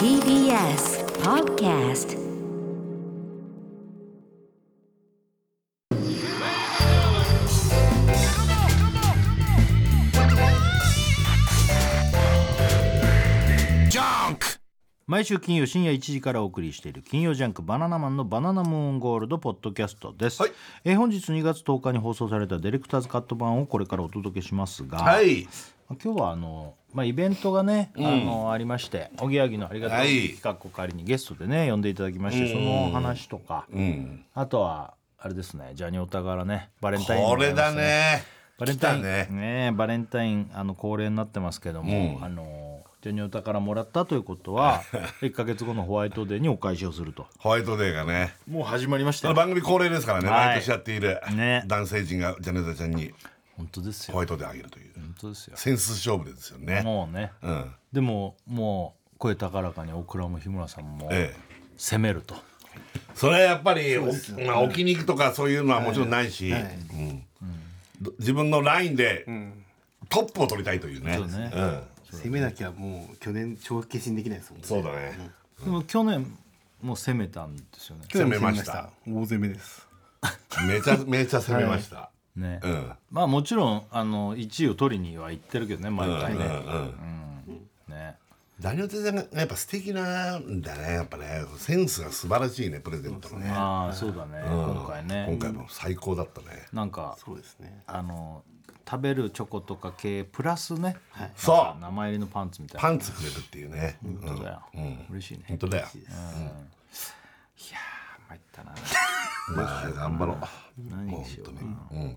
TBS Podcast 毎週金曜深夜1時からお送りしている金曜ジャンクバナナマンのバナナムーンゴールドポッドキャストです、はいえー本日2月10日に放送されたディレクターズカット版をこれからお届けしますが、はい。まあ今日はあの、まあ、イベントがね、あのありましておぎやはぎのありがとうはい企画を代わりにゲストでね呼んでいただきましてそのお話とか、うん。あとはあれですねジャニオタからねバレンタインこになれりまだすね。バレンタイン来たねねバレンタインあの恒例になってますけども、あのジャニオタからもらったというこ とは1か月後のホワイトデーにお返しをするとホワイトデーがね。もう始まりましこたの番組恒例ですからね、はい毎年やっている、ね男性陣がジャネタちゃんに本当ですよホ本ワイトデーあげるという、当ですよセンス勝負ですよね。もうね、うん。でももう声高らかに大倉も日村さんもえ攻めると、それはやっぱり、おまあ、置きに行くとかそういうのはもちろんないし、うんど自分のラインでトップを取りたいというね。そうねん。攻めなきゃもう去年超決心できないですもんねそうだね。でも去年も攻めたんですよね攻めました。大攻めですめちゃめちゃ攻めました。ね、うん。まあもちろんあの1位を取りには行ってるけどね毎うん回うね、んうん。ねダニオテちゃんがやっぱ素敵なんだねやっぱねセンスが素晴らしいねプレゼントのねああそうだね、今回ね今回も最高だったね、なんかそうですねあの食べるチョコとか系プラスね、そう名前入りのパンツみたいなパンツくれるっていうね、うん、本当本だよ、嬉しいねいや当だよ、ー参ったなまあ頑張ろう何にしよう本当に、うん、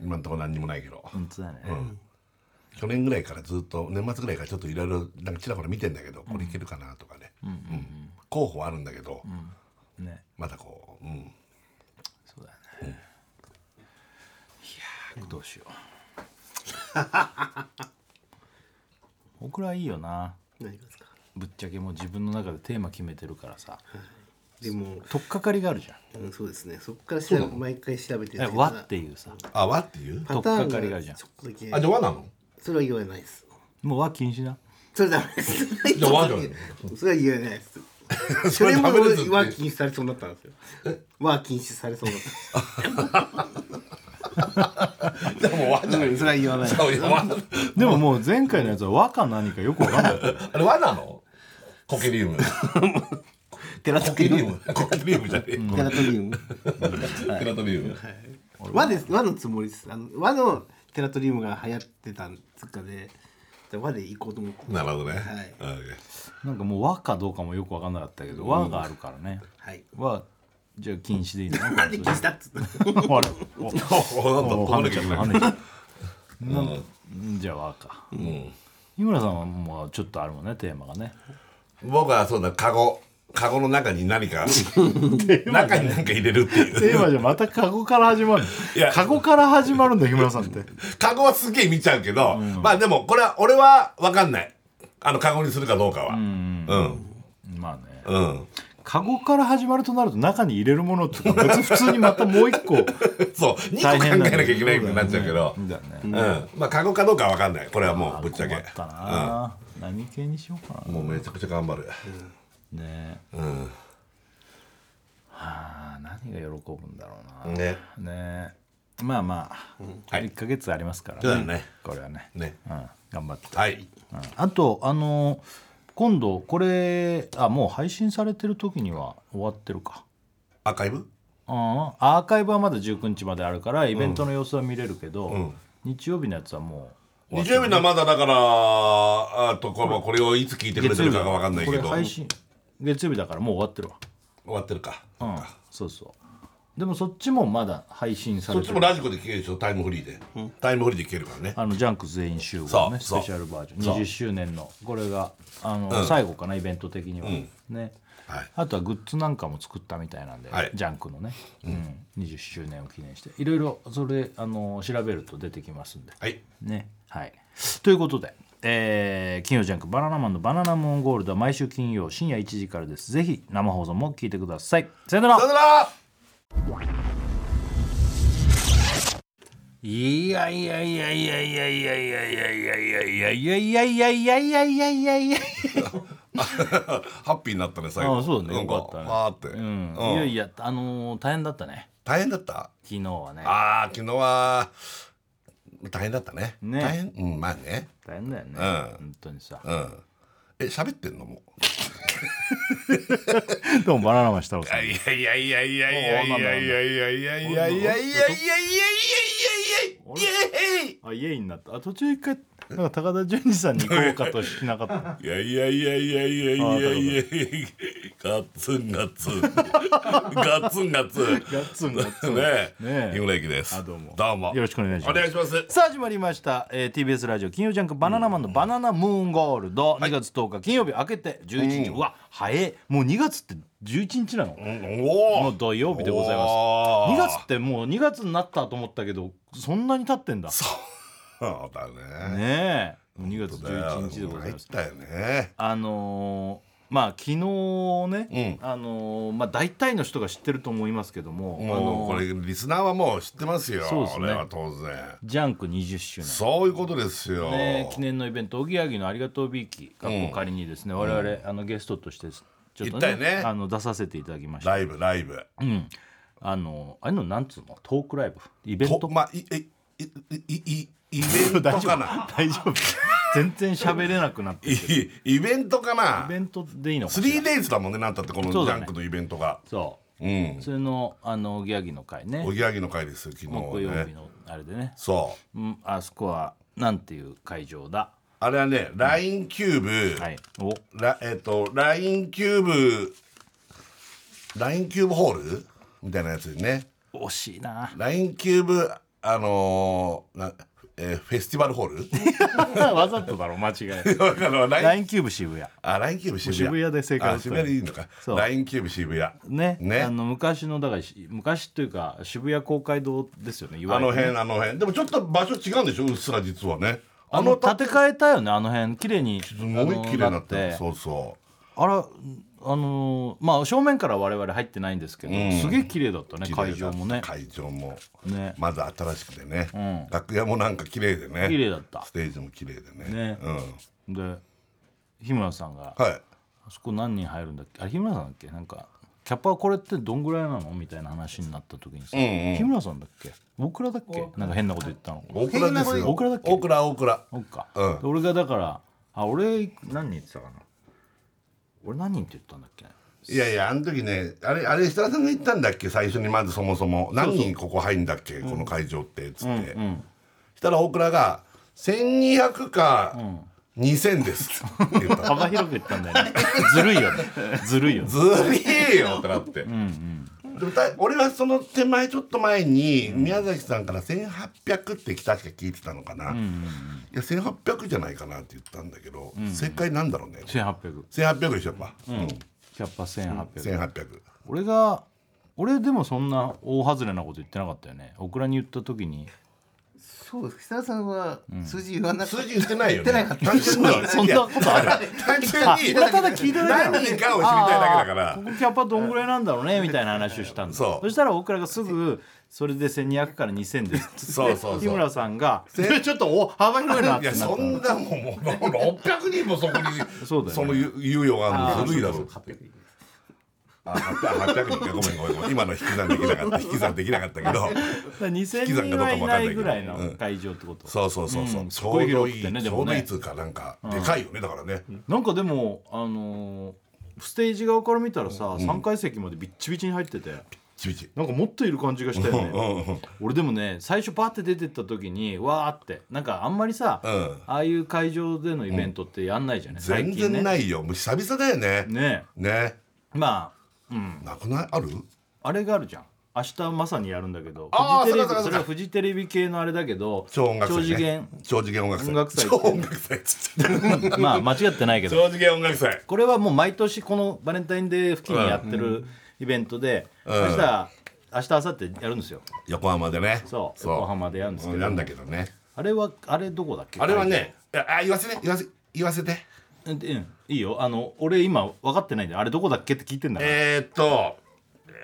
今のところ何にもないけど、本当だね、去年ぐらいからずっと年末ぐらいからちょっといろいろなんかちらほら見てんだけどこれいけるかなとかね、うん候補はあるんだけど、ねまだこう、うん、そうだよね、いやーどうしよう僕らいいよな何がですかぶっちゃけもう自分の中でテーマ決めてるからさでも、取っかかりがあるじゃんうん、そうですねそこからしら毎回調べてるんえですけど和っていうさあ和っていうパター取っンかかりがあるじゃんがちょっとだけあじゃあ和なの それは言わないですもう和禁止なそれはダメですじゃあ和じゃないそれは言わないですそそれれも食べれずって和禁止されそうになったんですよ和禁止されそうになっでも和じゃたない、それは言わないです和でももう前回のやつは和か何かよくわかんないあれ和なのコケリウム寺コトケリリウウムムコケリウムじゃねえ、寺トリウムテラトリウム、和です和のつもりですあの和のテラトリウムが流行ってたんつうかでじゃあ和で行こうと思ってなるほどね、はいうんなんかもう和かどうかもよくわかんなかったけど和があるからねはい和じゃあ禁止でい いのなんで禁 止だっつっあたれおおなんだお止ま跳ねなちきゃゃいっけたな跳いねちゃったなんじゃあ和か日村さんはもうちょっとあるもんねテーマがね僕はそうだカゴカゴの中に何 か中に何か入れるっていうテーマじゃまたカゴから始まるいやカゴから始まるんだ日村さんってカゴはすげえ見ちゃうけど、まあでもこれは俺は分かんないあのカゴにするかどうかはうんまあねうん、 カゴから始まるとなると中に入れるものっていうか別に普通にまたもう一 個そう2個大考え変だなねきゃいけないみたいになっちゃうけどだよねうん、まあカゴかどうかは分かんないこれはもあうぶっちゃけ困ったな何系にしようかうんもうめちゃくちゃ頑張る、なねうんはあ何が喜ぶんだろうなねねえまあまあ、はい1か月ありますからそうだねこれはねねうん、頑張って、はいうんあとあの今度これあもう配信されてる時には終わってるかアーカイブうんアーカイブはまだ19日まであるからイベントの様子は見れるけど、ん日曜日のやつはもう日曜日のはまだだからあとこれ,、まあ、これをいつ聞いてくれてるかが分かんないけどこれ配信月曜日だからもう終わってるわ終わってるか、うんそうそうでもそっちもまだ配信さそっれてちるもラジコで聞けるでしょタイムフリーで、タイムフリーで聞けるからねあのジャンク全員集合ねそうスそうペシャルバージョそンう20周年のこれがあの、最後かなイベント的には、ねはいあとはグッズなんかも作ったみたいなんで、はいジャンクのね、うん20周年を記念していろいろそれあの調べると出てきますんで、はいねはい、ということで、えー金曜ジャンク「バナナマンのバナナムーンゴールド」は毎週金曜深夜1時からですぜひ生放送も聞いてくださいさよならさよならいやいやいやいやいやいやいやいやいやいやいやいやいやいやいやいやいやいやいやハッピーになったね最後あそうだねなんよかったねわーって、うんうんいやいやあのー大変だったね大変だった昨日はねああ昨日は大変だったねね大変うんまあね大変だよねうん本当にさうんえ喋ってんのもうでもバナナマンしたろさんいやいやいやいやいやいやいやいやいやいやいやいやいやいやいやいやいやいやいやいやあ家になったあ途中一回なんか高田純次さんに行こうかとしなかったいやいやいやいやいやいやいやいやガッツンガッツンガッツンガッツンガッツンガッツンねねえ井村駅ですあどうもどうもよろしくお願いしますお願いしますさあ始まりました、えー、TBS ラジオ金曜ジャンク「バナナマンのバナナムーンゴールド」2月10日金曜日明けて11日、うわ早えもう2月って11日なの、おのお土曜日でございますおー2月ってもう2月になったと思ったけどそんなに経ってんだそうだねねえ2月11日でございます入ったよねあのーまあ昨日ね、あのーまあ大体の人が知ってると思いますけども、あものうーこれリスナーはもう知ってますよそうですね俺は当然ジャンク20周年そういうことですよね、記念のイベント「おぎやはぎのありがとうビーキ」かっこ仮にですね、我々、あのゲストとしてちょっ行とったよねねあの出させていただきましたライブライブうんあのあれのなんつうのトークライブイベンとトまあいえいいいいイベントかな大丈夫 全然喋れなくなっているけどイいイベントかなベントでいいのかな 3days だもんねなんたってこのジそうだねャンクのイベントがそうう,、んそれのあのおぎやはぎの会ねおぎやはぎの会ですよ昨木日曜日ねのあれでね、そううん、あそこはなんていう会場だあれはね LINE キューブ、はいおらえっ、と LINE キューブ LINE キューブホールみたいなやつにね惜しいな LINE キューブあのーなえーフェスティバルホー ル わざとだろ間違 いわかるわ LINE LINE キューブ渋谷あ LINE キューブ渋谷渋谷で正解だあった渋谷でいいのかそう LINE キューブ渋谷ねねあの昔のだからし昔というか渋谷公会堂ですよねいあわゆのるね辺あの辺でもちょっと場所違うんでしょうっすら実はねああのの建て替えたよねあの辺綺麗にすすごい綺麗になってるそうそうあらあのーまあ正面から我々入ってないんですけど、すげえ綺麗だったね会場もね会場もねまず新しくてね、楽屋もなんか綺麗でね綺麗だったステージも綺麗でねねうんで日村さんが、はいあそこ何人入るんだっけあれ日村さんだっけなんかキャパこれってどんぐらいなのみたいな話になった時にさ、日村さんだっけ大倉だっけなんか変なこと言ったの大倉ですよ大倉だっけ大倉大倉そっか、うんで俺がだからあ俺何人言ってたかな俺何人って言ったんだっけいやいやあの時ねあれあれ設楽さんが言ったんだっけ最初にまずそもそも何人ここ入んだっけこの会場ってつって、したら大倉が「1200か2000です」っ て言ったの幅広く言ったんだよ ねずるいよねずるいよねずりーよってなって。でもた俺はその手前ちょっと前に宮崎さんから1800って確か聞いてたのかな、いや1800じゃないかなって言ったんだけど、正解なんだろうね1800 1800でしょやっぱ、うん、キャッパ1800、 1800俺が俺でもそんな大外れなこと言ってなかったよねオクラに言った時に そうです。久田さんは数字言わなくて、数字言ってないよね言ってなかった単純にそんなことある いや単純あに俺ただ聞いてない何人かを知りたいだけだからここキャパどんぐらいなんだろうねみたいな話をしたんだそうしたら僕らがすぐそれで1200から2000ですっつってそうそうそう日村さんが ちょっとお幅広いなっいやてなったそんなもんもう600人もそこに そうだよねの猶予があるのずるいだろうって800あ、800人か、ごめんごめんごめん。今の引き算できなかった。引き算できなかったけ ど。だから2000人はいないぐらいの会場ってこと、そうそうそうそう。ちょごういど広いくい、てねちでょもうどいいねっつうか、なんか、でかいよね、だからね。なんかでもあのーステージ側から見たらさ、3階席までビッチビチに入っててちびち。なんかもっといる感じがしたよね、俺でもね最初パーって出てった時にわーってなんかあんまりさ、んああいう会場でのイベントってやんないじゃない、全然ねないよ。もう久々だよね。ねね。まあなくないあるあれがあるじゃん明日まさにやるんだけどあーフジテレビそうかそうかそうかそれはフジテレビ系のあれだけど超音楽祭、ね。超次元。超次元音楽祭。音楽祭超音楽 祭っつって。まあ間違ってないけど超次元音楽祭。これはもう毎年このバレンタインデー付近にやってるイベントで、明日明日明後日やるんですよ横浜でね。そう横浜でやるんですけどうなんだけどね。あれはあれどこだっけあれはね、いやあ、言わせて、言わせ、言わせて。うんうんいいよあの俺今分かってないんであれどこだっけって聞いてんだから、えーっと、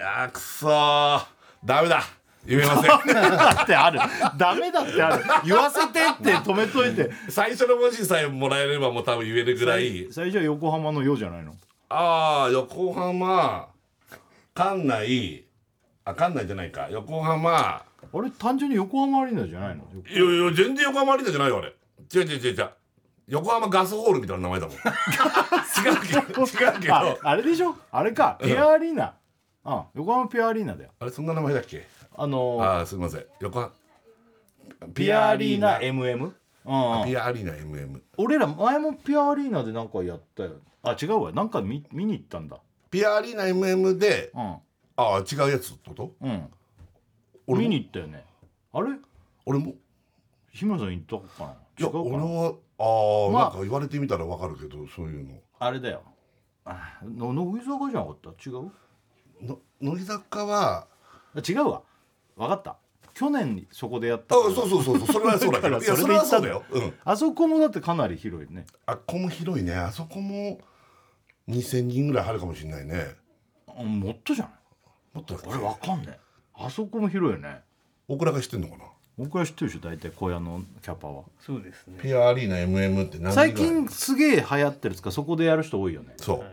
あーくそー。ダメだ。言えませんだってあるダメだってある言わせてって止めといて最初の文字さえもらえればもう多分言えるぐらい最初は横浜の「よ」じゃないのああ横浜館内あ館内じゃないか横浜あれ単純に横浜アリーナじゃないのいやいや全然横浜アリーナじゃないよあれ違う違う違う違う横浜ガスホールみたいな名前だもん 違うけど違うけどああれでしょあれかペアアリーナあ横浜ペアアリーナだよあれそんな名前だっけあのーああすいません横浜ピアアリーナ MM うんうんピアアリーナ MM 俺ら前もピアアリーナでなんかやったよあ違うわなんか見見に行ったんだピアアリーナ MM でうんああ違うやつってことうん俺も見に行ったよねあれ俺も日村さん行ったかない違やうか俺なはああ、まあなんか言われてみたらわかるけどそういうのあれだよあの乃木坂じゃなかった違うの乃木坂はあ違うわ分かった去年そこでやっあたからそうそうそうそうそれはそうだけど だいからやそそれれではそうだよ、うん、あそこもだってかなり広いねあここも広いねあそこも2000人ぐらい入るかもしれないねあもっとじゃないもっとだっけあれ分かんねえあそこも広いよね大倉が知ってんのかな僕ら知ってるでしょ大体小屋のキャパはそうですねピアアリーナ MM って何人ぐらい最近すげえ流行ってるっつうかそこでやる人多いよねそう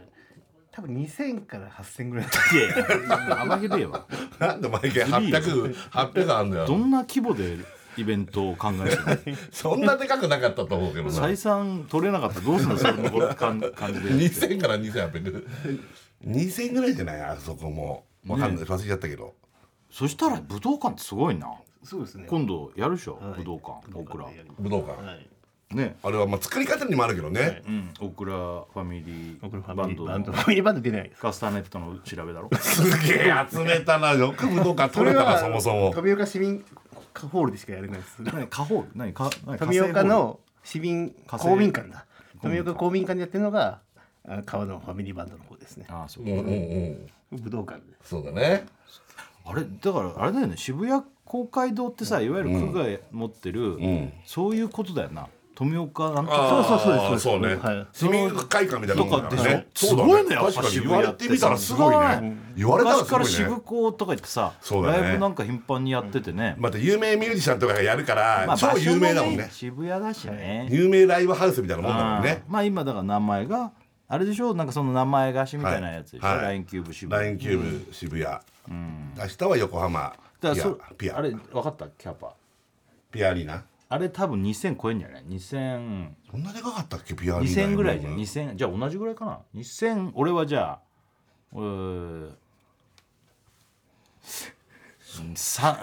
多分2000から8000ぐらい いやいや甘げでえわなんで毎回800 800あんだどよんな規模でイベントを考えてるのそんなでかくなかったと思うけどな採算取れなかったらどうすんのそ の感感じでやって2000から2800 2000ぐらいじゃないあそこもわかんない忘れちゃったけどそしたら武道館ってすごいなそうですね今度やるでしょ、はい武道館大倉やりま武道す館はいねあれはまあ作り方にもあるけどねうん大倉ファミリ僕のフーァバミンリドーバンドのファミリーバンド出ないですカスタネットの調べだ ろすげえ集めたなよく武道館取れたなそもそも富岡市民ホールでしかやれないです何カホール何か何 富岡の市民火星公民館だ富岡公民館でやってるのがあ川のファミリーバンドの方ですねあそううんうんうん武道館でそうだねあれだからあれだよね渋谷公会堂ってさいわゆる区が持ってる、んそういうことだよな富岡なんとかあーそうそうそうですそうね、はい市民会館みたいなもんだからねとかでしそょうだすごいねやっぱ確かに渋言谷わってれてみたらすごいすごいね言われたら昔すからごいね渋港とか言ってさ、そうだねライブなんか頻繁にやっててね、また有名ミュージシャンとかがやるから、まあ超有名だもん場所ね渋谷だしね、有名ライブハウスみたいなもんだもんあねーまあ今だから名前があれでしょなんかその名前貸しみたいなやつでしょ、はいはいラインキューブ渋ライ谷ンキューブ渋谷、明日は横浜だからそピアピあアれ分かったキャパピアアリーナあれ多分2000超えんじゃない2000そんなでかかったっけピアアリーナ2000ぐらいじゃん今2000じゃあ同じぐらいかな2000俺はじゃあうーさ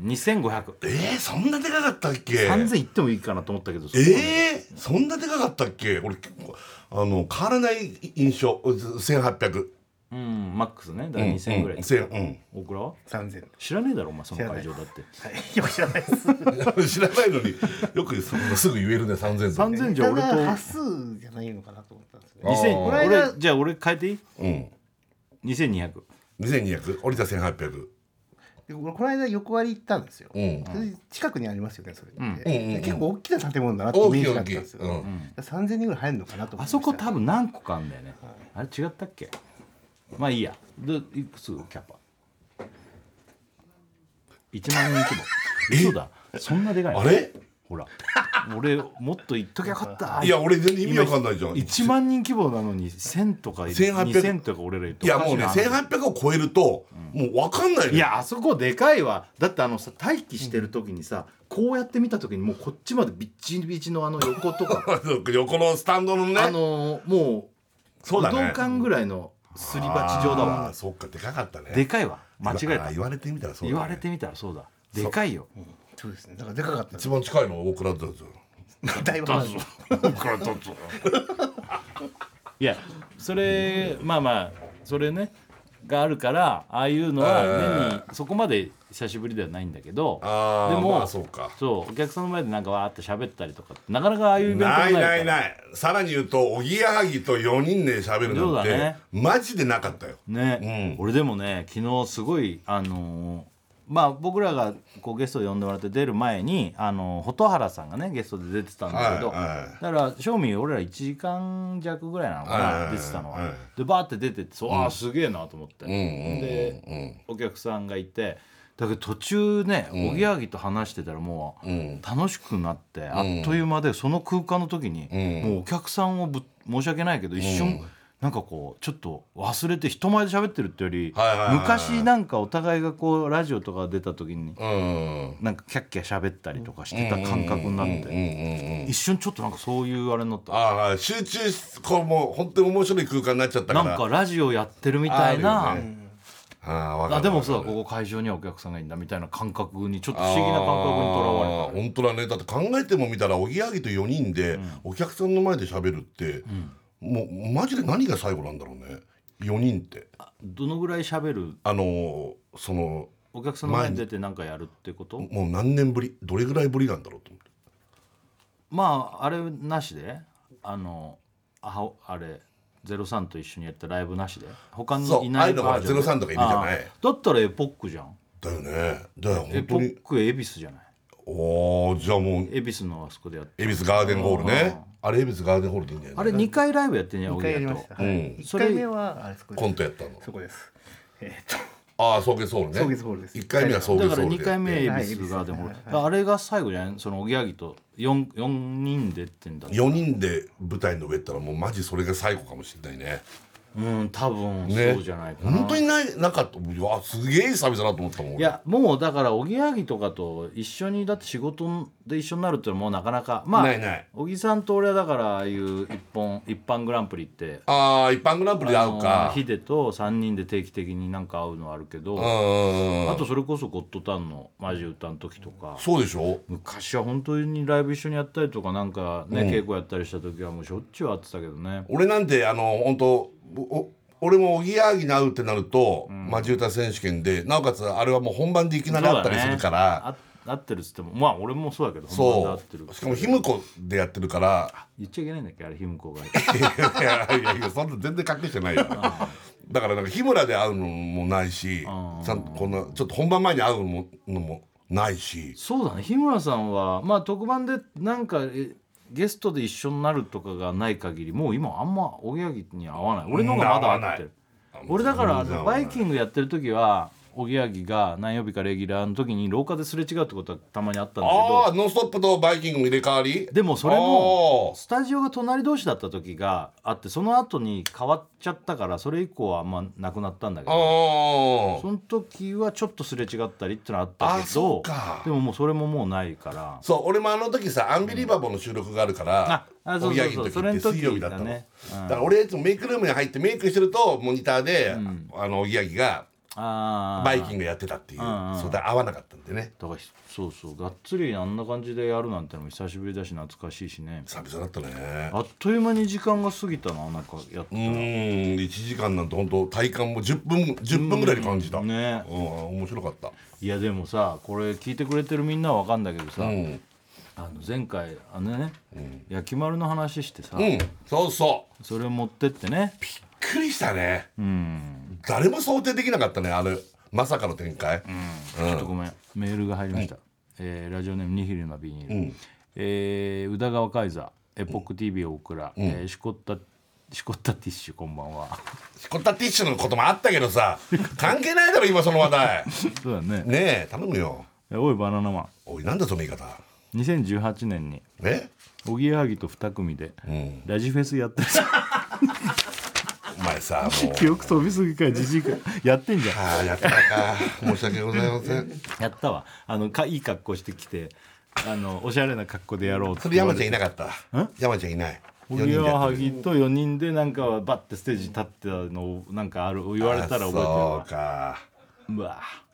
うん2500えー、そんなでかかったっけ3000いってもいいかなと思ったけどそこまでえー、そんなでかかったっけ俺結構あの変わらない印象1800うんマックスねだから2000ぐらい、うん1000大倉は3000知らねえだろお前その会知場らだって はいよく知らないですうん 知らないのによくそんなすぐ言えるね3000と3000じゃ俺とただ端数じゃないのかなと思ったんですけどあ2000この間俺じゃあ俺変えていいうん2200 2200降りた1800で俺この間横割り行ったんですよ、うんそれで近くにありますよねそれって、んうんうんうん結構大きな建物だなってイ大メきいージがあ大っきたい、んですよ、うん3000人ぐらい入るのかなと思あってまそしたこ多分何個かあんだよね、あれ違ったっけまあいいやでいくつキャパ1万人規模嘘だそんなでかいのあれほら俺もっと言っときゃよかったいや俺全然意味わかんないじゃん1万人規模なのに1000とか1800 2000とか俺ら言っいとやもうねおかしな1800を超えると、もうわかんないいねやあそこでかいわだってあのさ待機してる時にさ、こうやって見た時にもうこっちまでビッチビチのあの横とか 横のスタンドのねあのーもうそうだねどん館ぐらいのすり鉢状だあわーそっかでかかったねでかいわ間違えあたー言われてみたらそうだ、言ね、われてみたらそうだでかいよそうですねだからでかかったんです一番近いのは大倉だぞだいぶ離れてる大倉だぞいやそれまあまあそれねがあるからああいうのえはえ年にそこまで久しぶりではないんだけどあーでも、まあそうかそうお客さんの前でなんかわーって喋ったりとかってなかなかああいうイベントもないからないないさらに言うとおぎやはぎと4人で喋るそうなだんて、ねマジでなかったよね、うん俺でもね昨日すごいあのーまあ僕らがこうゲストで呼んでもらって出る前に、あのー蛍原さんがねゲストで出てたんだけど、はいはいだから正味俺ら1時間弱ぐらいなのかな、はいはいはい出てたのは、はいでバーって出てってそうああすげえなと思って、うんうんうんで、お客さんがいてだけど途中ねおぎやはぎと話してたらもう楽しくなって、あっという間でその空間の時に、もうお客さんをぶ申し訳ないけど一瞬、なんかこうちょっと忘れて人前で喋ってるってより、はいはいはい昔なんかお互いがこうラジオとか出た時にうんなんかキャッキャ喋ったりとかしてた感覚になって、うんうんうん一瞬ちょっとなんかそういうあれになったああ集中しこうもう本当に面白い空間になっちゃったからなんかラジオやってるみたいなああ,、るよねああわかるでもそうわだかるここ会場にはお客さんがいるんだみたいな感覚にちょっと不あ思議な感覚にとらわー本れた当だねだって考えてもみたらおぎやはぎと4人でお客さんの前で喋るって、もうマジで何が最後なんだろうね4人ってあどのぐらい喋るのーそのお客さんの前に出て何かやるってこと、もう何年ぶりどれぐらいぶりなんだろうと思ってまああれなしであのああれ03と一緒にやったライブなしで他そうにいないああいうのほら03とかいるじゃないああだったらエポックじゃんだよねだからエ本ポ当にック恵比寿じゃないおおじゃあもう恵比寿のあそこでやって恵比寿ガーデンホールねあれ恵比寿ガーデンホールでいいんだよねあれ2回ライブやってんね一お回やりぎやまとした。うはんい。一それ回目はあれそこです。コントやったのそこです。えーっああ送迎ソウルね送迎ソウルです1回目は送迎ソウルだから2回目やって恵比寿ガーデンホールはいあれが最後じゃないそのおぎやはぎと 4, 4人でってんだ4人で舞台の上ったらもうマジそれが最後かもしれないねうん多分ねそうじゃないかな、本当にないなかったうわすげえ久々だと思ったもん俺いやもうだからおぎやはぎとかと一緒にだって仕事で一緒になるってのはもうなかなかまあないない小木さんと俺はだからああいう一本一般グランプリってああ一般グランプリで会うあのかヒデと3人で定期的になんか会うのはあるけど、うんうんうんあとそれこそ「ゴッドタン」のマジ歌の時とかそうでしょ昔は本当にライブ一緒にやったりとかなんかね、稽古やったりした時はもうしょっちゅう会ってたけどね俺なんてあの本当お俺もおぎやはぎに会うってなると、マジ歌選手権でなおかつあれはもう本番でいきなり会ったりするからそうだねあ会ってるっつってもまあ俺もそうだけどそう,、本番で会ってるしかもひむこでやってるから言っちゃいけないんだっけあれひむこがいやいやいやそんな全然隠してないよだからなんか日村で会うのもないしちゃんとこんなちょっと本番前に会うのものもないしそうだね日村さんはまあ特番でなんかえゲストで一緒になるとかがない限りもう今あんまおぎやはぎに合わない俺の方がまだ合ってる俺だからあのバイキングやってる時はおぎやはぎが何曜日かレギュラーの時に廊下ですれ違うってことはたまにあったんだけあどあ「ノンストップ!」と「バイキング」入れ替わりでもそれもあースタジオが隣同士だった時があってその後に変わっちゃったからそれ以降はあんまなくなったんだけあどーその時はちょっとすれ違ったりってのはあったあけそどうかでももうそれももうないからそう俺もあの時さ「アンビリバボー」の収録があるからああそうそうそうおぎやはぎの時そっれての時水曜日だったのだだねうんから俺いつもメイクルームに入ってメイクしてるとモニターであのおぎやはぎがあーバイキングやってたっていうそうだ合わなかったんでねだからひそうそうがっつりあんな感じでやるなんてのも久しぶりだし懐かしいしね久々だったねあっという間に時間が過ぎたななんかやっうてーん1時間なんて本当体感も10分十分ぐらいに感じたうんね面白かったいやでもさこれ聞いてくれてるみんなは分かんだけどさ、うんあの前回あのね、焼き丸の話してさ、うんそうそうそれを持ってってねびっくりしたね誰も想定できなかったねあれまさかの展開ちょっとごめんメールが入りました、えーラジオネームニヒルなビニール、えー宇田川海座エポック TV 大倉、えーしこったしこったティッシュこんばんは しこったティッシュのこともあったけどさ関係ないだろ今その話 題そうだねねえ頼むよえおいバナナマおいなんだその言い方ン2018年にねおぎやはぎと2組で、んラジフェスやってる お前さもう記憶飛びすぎかじじいかやってんじゃんああやったか申し訳ございませんやったわあのかいい格好してきてあのおしゃれな格好でやろうってそれ山ちゃんいなかった山ちゃんいないお四人でぎややってるはぎと4人でなんかバッてステージ立ってたのをなんかある言われたら覚えてるそうわかうわあ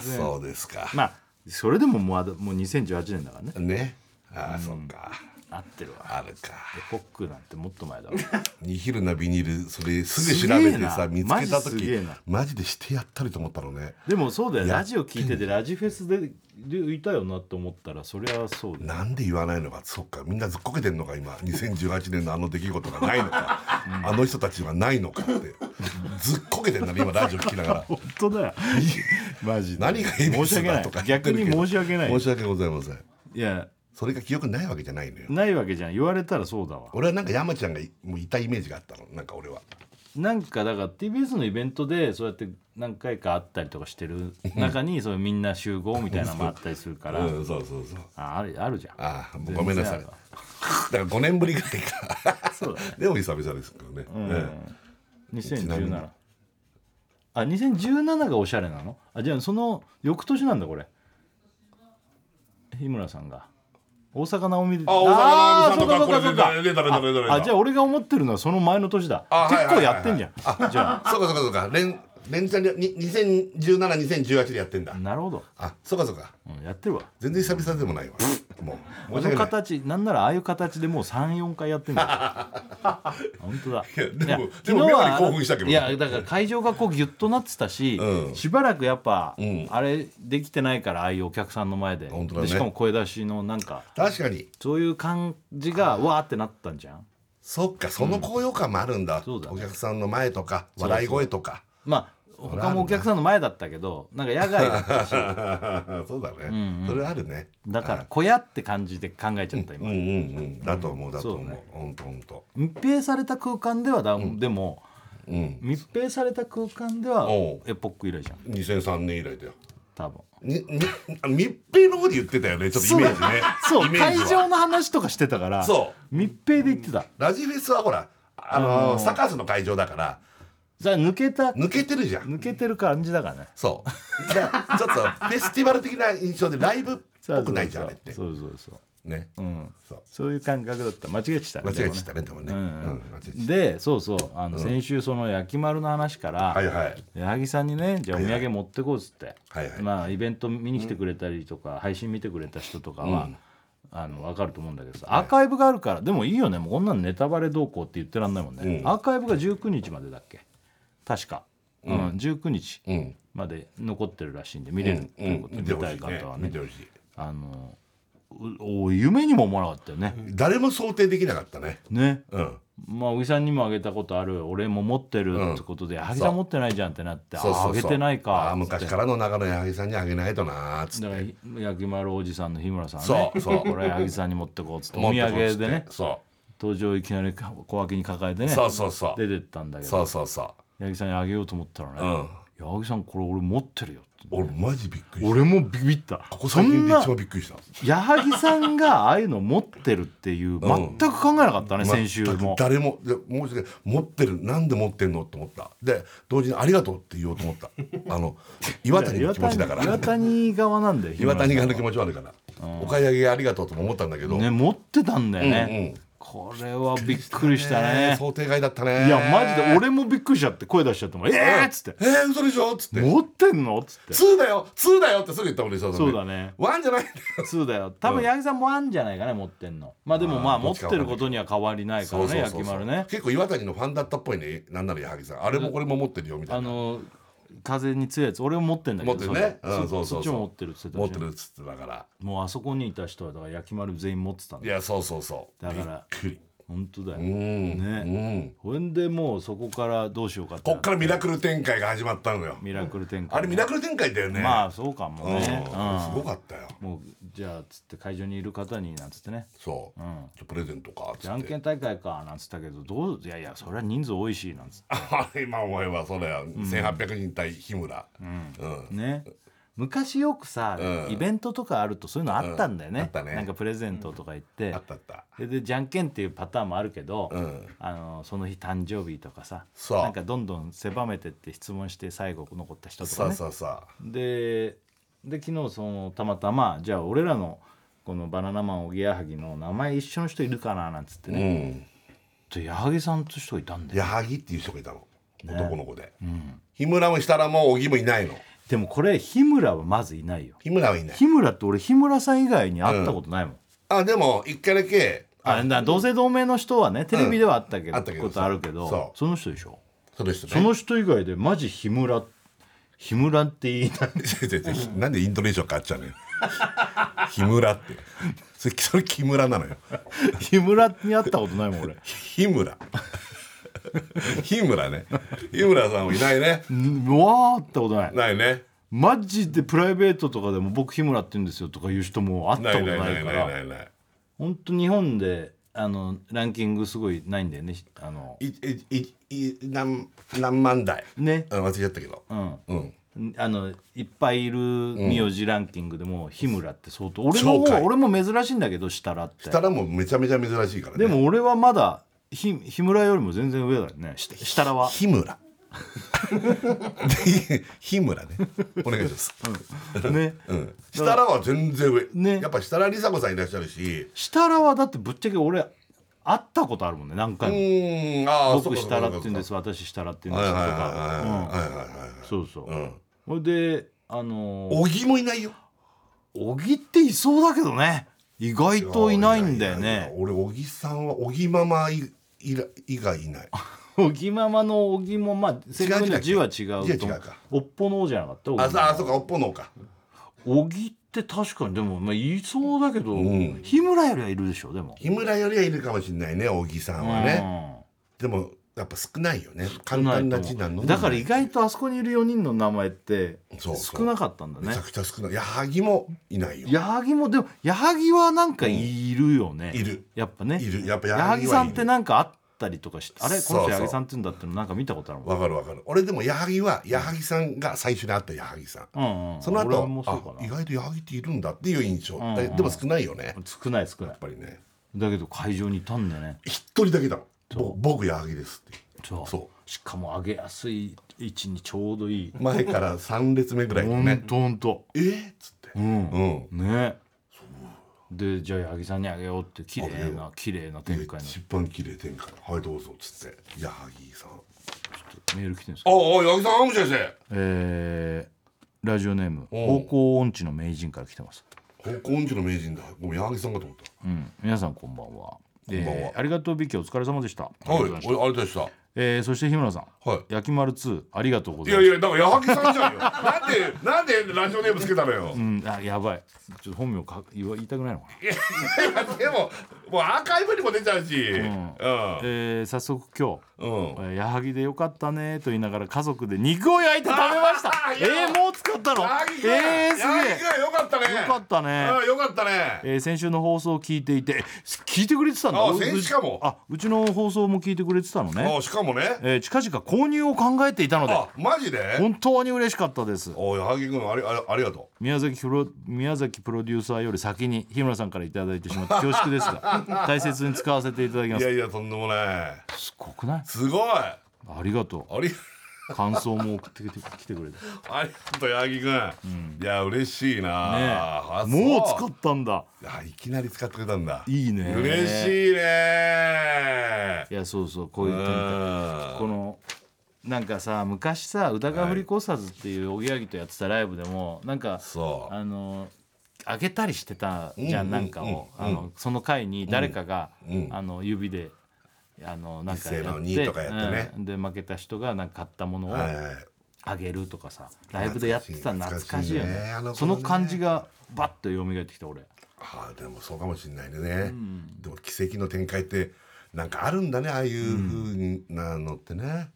全然そうですか、まあそれでもまだもう2018年だからねねああ、そっか合ってるわあるかポックなんてもっと前だわニヒルなビニールそれすぐ調べてさすげえ見つなけたマジすげえ時なマジでしてやったりと思ったのねでもそうだよラジオ聞いててラジフェスででいたよなって思ったらそりゃそうだよなんで言わないのかそっかみんなずっこけてんのか今2018年のあの出来事がないのか、あの人たちはないのかってずっこけてんだね今ラジオ聞きながら本当だよマジで何が恵比申し寿訳なだいとか言っ逆てるけにど申し訳ない申し訳ございませんいやそれが記憶ないわけじゃないのよないわけじゃん言われたらそうだわ俺はなんか山ちゃんがいもういたイメージがあったのなんか俺はなんかだから TBS のイベントでそうやって何回かあったりとかしてる中にそういうみんな集合みたいなのもあったりするから、うん、そうそうそうああるあるじゃんああごめんなさいだ全然あるわから5年ぶりぐらいかそうだねでも久々ですけどね、えちなみに2017あ2017がおしゃれなのあじゃあその翌年なんだこれ日村さんが大阪なおみであ大阪なおみさんとかあーそうこれそうか出た出た出た出た出たああじゃあ俺が思ってるのはその前の年だあはい結構やってんじゃん、じゃそうかそうかそうか連連チャンでに20172018でやってんだ、あなるほど、あそうかそうかうん、やってるわ全然久々でもないわもうこ申し訳のない形なんならああいう形でもう34回やってんだ 本当だいやでもいやでも昨日は妙に興奮したけどねいやだから会場がこうギュッとなってたし、うんしばらくやっぱ、んあれできてないからああいうお客さんの前で,、本当だでねしかも声出しのなんか確かにそういう感じがわーってなったんじゃんそっかその高揚感もあるんだ,、そうだねお客さんの前とか笑い声と かまあ他もお客さんの前だったけどなんか野外 だったしそうだね、それあるねだから小屋って感じで考えちゃったうん今、うんうんだと思うだと思うほんとほんと密閉された空間ではだ、でもうん密閉された空間ではおうエポック以来じゃん2003年以来だよ多分。にに あ密閉の方で言ってたよねちょっとイメージねそうイメー会ジは場の話とかしてたからそう密閉で言ってたラジフェスはほらあのーサカスの会場だからじゃあ抜けた抜けてるじゃん抜けてる感じだからねそうだからちょっとフェスティバル的な印象でライブっぽくないじゃんあれってそうそうそうねうんそうそういう感覚だった間違えてた間違えちゃったねでもねううんん間違えちゃっでそうそうあの先週その焼き丸の話かたはいらはい矢作さんにねじゃあお土産持ってこうっつってはいはいまあイベント見に来てくれたりとか配信見てくれた人とかはあの分かると思うんだけどさアーカイブがあるからでもいいよねもうこんなんネタバレどうこうって言ってらんないもんねうんアーカイブが19日までだっけ確かうん19日うんまで残ってるらしいんで見れるということで見見てほたしいいね方は見ねてほしいあのうお夢にも思わなかったよね誰も想定できなかったねねうんまあ小木さんにもあげたことある俺も持ってるんってことで矢作さん持ってないじゃんってなってあそうそうそうあげてないあかー昔からの中の矢作さんにあげないとなーっつってだからひ焼き丸おじさんの日村さんねそうそう これ矢作さんに持ってこうっつってお持っ土てこいっつっ産てでねそ登場いきなり小脇に抱えてうねそうそうそう出てったんだけそどうそうそ矢作さんにあげようと思ったらううねん「矢作さんこれ俺持ってるよ」って俺マジびっくりした俺もビビったここそ最近んでな一番びっくりした矢作さんがああいうの持ってるっていう全く考えなかったね、先週全くも誰もいや申し訳ない持ってるなんで持ってんのって思ったで同時に「ありがとう」って言おうと思ったあの岩谷の気持ちだか岩ら谷側なんだよ岩谷側の気持持ちもあるからお買い上げありがとうとも思ったんだけど、ね持ってたんだよね、うんうんこれはびっくりしたね想定外だったねいやマジで俺もびっくりしちゃって声出しちゃっても「えー!」っつってえー、嘘でしょっつっ「て持ってんの?」っつっ「て2だよ2だよ」ってすぐ言ったもんねそうだねワンじゃないんだよそうだよ多分八木さんもあんじゃないかね持ってんのまあでもまああーど持っっちかてることには変わりないからね焼き丸ね結構岩谷のファンだったっぽいねなんなら矢作さんあれもこれも持ってるよみたあいなの風に強いやつ俺も持ってんだけど持ってるねそれうんそうそそっうちそうも持ってるって言って持たっしてるっつってだからもうあそこにいた人はだから焼き丸全員持ってたんいだよやそうそうそうだからびっくり本当だよ、うんねほんでもうそこからどうしようかってこっからミラクル展開が始まったのよミラクル展開あれミラクル展開だよねまあそうかもうんね、うんすごかったよもうじゃあつって会場にいる方になんつってねそうじゃあプレゼントかっじつゃっんてけん大会かなんつったけどどういやいやそれは人数多いしなんつっあれ 今思えばそれは1800人対日村うんてね昔よくさ、うんイベントとかあるとそういうのあったんだよね,、うんあったねなんかプレゼントとか言って、あったあったででじゃんけんっていうパターンもあるけど、うんあのその日誕生日とかさそうなんかどんどん狭めてって質問して最後残った人とかさねあさあさあでで昨日そのたまたまじゃあ俺らのこのバナナマンおぎやはぎの名前一緒の人いるかななんつってうね、んで矢作さんと人いたんだよ矢作っていう人がいたの男の子で日村もしたらもう小木もいないのでもこれ日村はまずいないよ日村はいない日村って俺日村さん以外に会ったことないもん、あでも一回だけあな同姓同名の人はねテレビではあったけど,、あったけどことあるけどそそうの人でしょその人ねその人以外でマジ日村日村って言いたい 違う違う違うなん でイントネーション変わっちゃうのよ 日村ってそれそれ木村なのよ日村に会ったことないもん俺日村 日村ね日村さんもいないねうんうわーってことないないねマジでプライベートとかでも僕日村って言うんですよとか言う人も会っなたこいとないなないいなかいならいない本当日本であのランキングすごいないんだよねあのいいいい何何万台ねあ忘れちゃったけどうんうんあのいっぱいいる名字ランキングでも日村って相当俺そもうかい俺も珍しいんだけど設楽ってしたらもうめちゃめちゃ珍しいからねでも俺はまだひ日村よりも全然上だよねし設楽は日村 日村ねお願いします、ねうん、設楽は全然上、ねやっぱ設楽梨紗子さんいらっしゃるし設楽はだってぶっちゃけ俺会ったことあるもんね何う回もーんああ僕設楽って言うんですす私設楽って言うんはいではすいとはいかはいはいはいはいうんそうそううんほいであのー小木もいないよ小木っていそうだけどね意外といないんだよいやいやいやね俺小木さんは小木ママいいら以外いない小木ママの小木もまあ正確には字は違字うとは思違ううかおっぽの王じゃなかった小木あそうあそうかおっぽのか小木って確かにでも、まあ、いそうだけど、ん日村よりはいるでしょでも日村よりはいるかもしれないね小木さんはね、でもやっぱ少ないよねう簡ん単な字なのにだから意外とあそこにいる4人の名前ってそうそう少なかったんだねめちゃくちゃ少ない矢作もいないよ矢作もでも矢作はなんかいるよね、うんいるやっぱねいるやっぱ矢矢作はいる作さんってなんかあったりとかしてあれこそうそうの人矢作さんって言うんだってのなんか見たことあるもんわかるわかる俺でも矢作は矢作さんが最初に会った矢作さん、うんうん、その俺後もそうあか意な外と矢作っているんだっていう印象、んうんでも少ないよねやっ少ない少ないぱりねだけど会場にいたんだね一人だけだもんぼ僕矢作ですってそうそしかも上げやすい位置にちょうどいい前から3列目ぐらいのほんねとほんとえーっつってうんうんねでじゃあ八木さんにあげようって綺麗な綺麗な展開の一番綺麗展開はいどうぞっつって矢作さんあメール来てるんですあか矢作さんハム先えーラジオネームおう方向音痴の名人から来てます生高校音痴の名人だごめん矢作さんかと思っうん皆さんこんばんはんばんはえーありがとうビッキーお疲れ様でしたたはい俺ありがとうございましたえーそして日村さんはいやきまる2ありがとうごいざいやまいやすだから矢作さんじゃんよなんでなんでラジオネームつけたのよ、うんあやばいちょっと本名か言わ言いたくないのかなでももうアーカイブにも出ちゃうしうんんえー早速今日うんえー矢作でよかったねと言いながら家族で肉を焼いて食べましたあーいやえーもう使ったの矢作君えーすげ矢作君よかったねえよかったねうんよかったねえー先週の放送を聞いていて聞いてくれてたんだあう先週かもあうちの放送も聞いてくれてたのねあ、しかもねえー近々購入を考えていたのであマジで本当に嬉しかったですおい矢作君ありありありがと宮崎プロ宮崎プロデューサーより先に日村さんから頂いてしまって 恐縮ですが大切に使わせていただきうまいやすいやとんでもないすごくないすごいあありがとりう感想も送ってきてきてくれ てありがとう矢作君、いや嬉しいな、あそうもう使ったんだあいきなり使ってくれたんだいいね嬉しいねいやそうそうこういうう展開んこのなんかさ昔さ歌が振りコサーズっていうおぎやはぎとやってたライブでもなんかそうあのあげたりしてたじゃん、うんなんかを、あのその回に誰かが、あの指であのなんか一や斉っての二とかやってねうんで負けた人がなんか買ったものをはいはいあげるとかさ、ライブでやってた懐懐かかししいいよね懐かしいねあの頃ねその感じがバッと蘇ってきた俺ああでもそうかもしれないね、でも奇跡の展開ってなんかあるんだねああいうふうなのってね、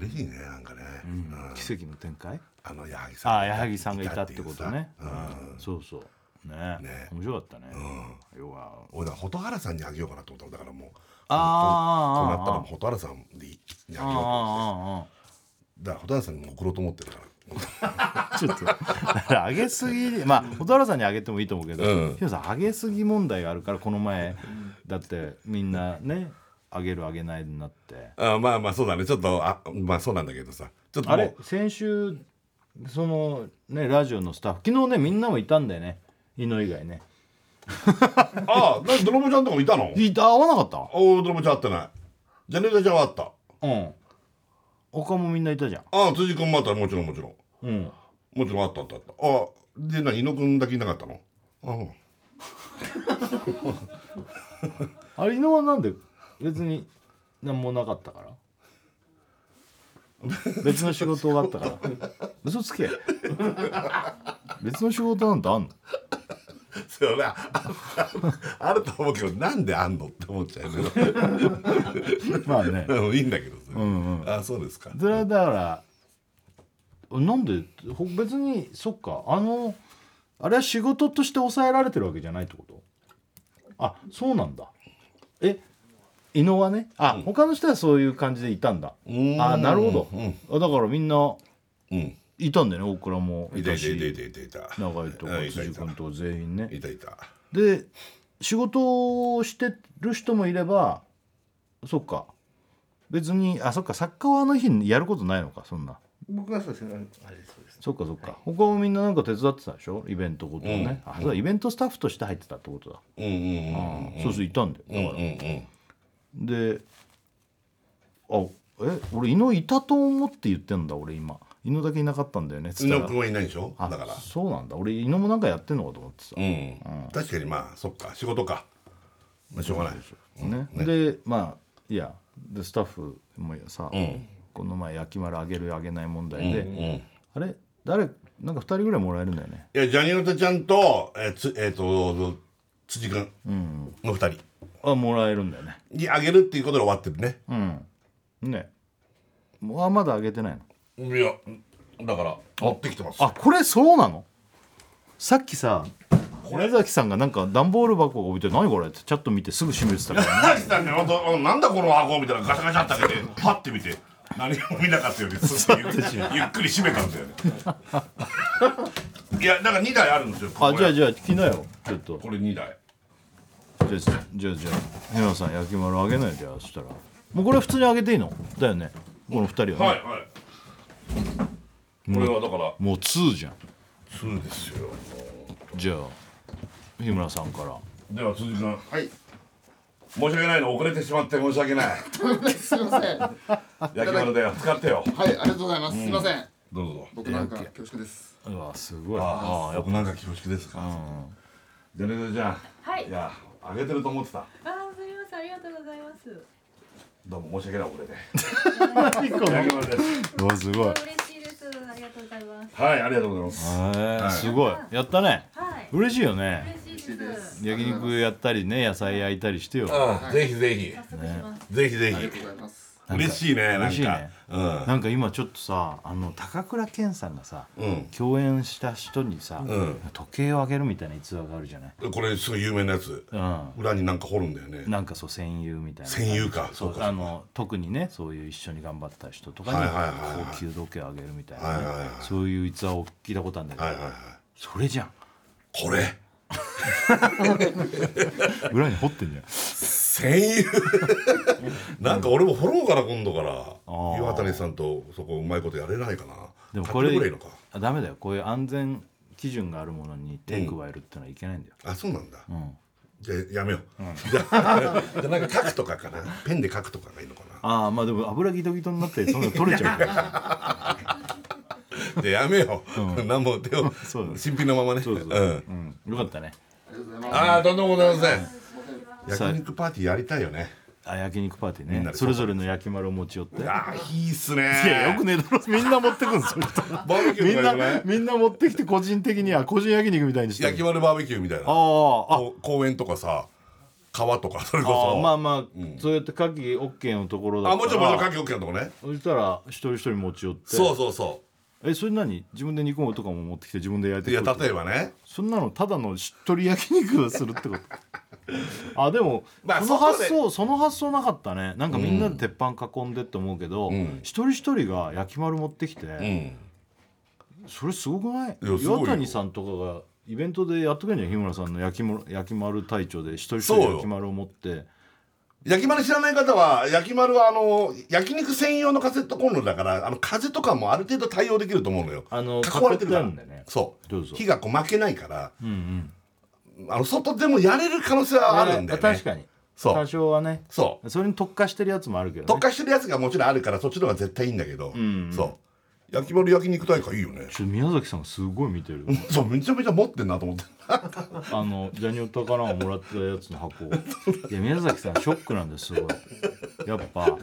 嬉しいねなんかね、うん奇跡の展開あの矢作さんああ矢作さんがいたってことねいたっていうさうんそうそうねね面白かったね、要は俺だから蛍原さんにあげようかなと思っただからもうとあーなったらもう蛍原さんにあげようと思ってあだから蛍原さんにも送ろうと思ってるからあああちょっと だから上げすぎまあ蛍原さんに上げてもいいと思うけど、うんヒロさん上げすぎ問題があるからこの前だってみんなね上げる上げないになってあまあまあそうだねちょっとあまあそうなんだけどさちょっともあうれ先週そのねラジオのスタッフ昨日ねみんなもいたんだよね井野以外ねああドロボちゃんとかもいたの いた合わなかっおおドロボちゃん会ってないジャネータちゃんはあったたうん他もみんないたじゃんああ辻君もあったもちろんもちろんうんもちろんあったあったあったああで何猪野君だけいなかったのあうんあれ井野はなんで別に何もなかったから別の仕事があったから嘘つけ別の仕事なんてあんのそれはああると思うけどなんであんのって思っちゃうねまあねうんいいんだけど さ、ああそうですかそれはだからなんでほ別にそっかあのあれは仕事として抑えられてるわけじゃないってことあそうなんだえ伊野はねあ、他の人はそういう感じでいたんだんあなるほど、うんあだからみんなうんいたんだよね大倉もいいたたいたいたいしたいたいた永井とかうんいたい辻た君と全員ねいたいたで仕事をしてる人もいればそっか別にあそっか作家はあの日にやることないのかそんな僕はそうですねあれそうですそっかそっか、他もみんななんか手伝ってたでしょイベントごとね、あそうだイベントスタッフとして入ってたってことだ、うんうんうんそうそういたんだよだうんうかんら、うんであえ俺犬いたと思って言ってんだ俺今犬だけいなかったんだよねつ宇ったら野君はいないでしょだからあそうなんだ俺犬もなんかやってんのかと思ってさ、うん確かにまあそっか仕事かまあしょうがないねでまあいやでスタッフもさ、この前焼き丸あげるあげない問題で、あれ誰なんか2人ぐらいもらえるんだよねいやジャニオタちゃんとえーつえっと辻君の二人あもらえるんだよねにあげるっていうことで終わってるねねもうあまだあげてないのいやだから持ってきてますあこれそうなのさっきさ宮崎さんがなんか段ボール箱が置いて何これってチャット見てすぐ閉めてたから何 ねしたんだよほんとなんだこの箱みたいなガシャガシャって開けてパッて見て何も見なかったよねすっとゆっくりゆっくり閉めたんだよねいやなんか2台あるんですよあここじゃやあじゃあ聞きなよちょっとこれ2台じゃあじゃあじゃあ平野さん焼き丸あげないでよそしたらもうこれ普通にあげていいのだよねこの2人はね、はいはいこれはだからもう2じゃん2ですよじゃあ日村さんからでは辻君はい。申し訳ないの遅れてしまって申し訳ないすいません。はい、焼き丸だよ使ってよありがとうございます。すいません。どうぞ僕なんか恐縮です。うわすごいああああややっっぱなんか恐縮ですかジャネーちゃんはいいやあげてると思ってたあーすみませんありがとうございます。どうも申し訳ない遅れてぱりこの焼き丸ですうわすごいへ嬉しいですありがとうございます。 はいありがとうございますえすごいやったねはい嬉しいよね嬉しいです。焼肉やったりね野菜焼いたりしてよああぜひぜひ早速します。ぜひぜあひりがとうございます。嬉しいねなんか嬉しいねうんなんか今ちょっとさあの高倉健さんがさ、うん共演した人にさ、ん時計をあげるみたいな逸話があるじゃない、これすごい有名なやつう裏になんか掘るんだよねん、なんかそう戦友みたいな戦友かそそううあかの特にねそういう一緒に頑張った人とかはいはいはいにはい高級時計をあげるみたいはいなはいはいねそういう逸話を聞いたことあるんだけど、はいはいはいそれじゃんこれ裏に掘ってんじゃん戦友 なんか俺も掘ろうから今度からー岩谷さんとそこうまいことやれないかなでもこれ買ってくいいのかあダメだよこういう安全基準があるものに手加えるってのはいけないんだよ、あそうなんだうんじゃあやめようじゃあ じゃあなんか書くとかかなペンで書くとかがいいのかああまあでも油ギトギトになってそんなの取れちゃうからなでやめよう何も手をそうだ新品のままねそうそう、うん うん、よかったねありがとうございます。ああ、とんでもございません。焼肉パーティーやりたいよね。あ焼肉パーティーみんねなでそれぞれの焼き丸を持ち寄っていああ、いいっすね。やよくねえだろみんな持ってくんそれバーベキューみみんたいななみんな持ってきて個人的には個人焼肉みたいにして焼き丸バーベキューみたいな。あああこう公園とかさ、川とか、それこあそ。ーまあまあ、そうやって牡蠣 OK のところだあかもちろん、もらちろん、かきおけんとこね。そしたら一人一人持ち寄ってそうそうそ。えそれ何自分で肉もとかも持ってきて自分で焼いうていや、くる例えばね。そんなのただのしっとり焼肉をするっ てことあでも、まあその発そ想その発想なかったねなんかみんなで鉄板囲んでって思うけど、ん一人一人が焼き丸持ってきて、うん。それすごくないいやすごいよ岩谷さんとかがイベントでやっとけんじゃん日村さんの焼きも焼き丸隊長で一人一人そうよ焼き丸を持って焼き丸知らない方は、焼き丸はあの、焼肉専用のカセットコンロだから、あの、風とかもある程度対応できると思うのよ。あの囲われてるか囲らってあるんだよね。そう。どうぞ火がこう負けないから、うんうんあの、外でもやれる可能性はあるんだよね。確かにそう多少はねそう。それに特化してるやつもあるけど、ね、特化してるやつがもちろんあるからそっちの方が絶対いいんだけど、んそう焼き丸焼肉大会いいよね ちょっと宮崎さんがすごい見てるそうめちゃめちゃ持ってんなと思ってあのジャニオタからもらったやつ の箱いや宮崎さんショックなんですすごいやっぱ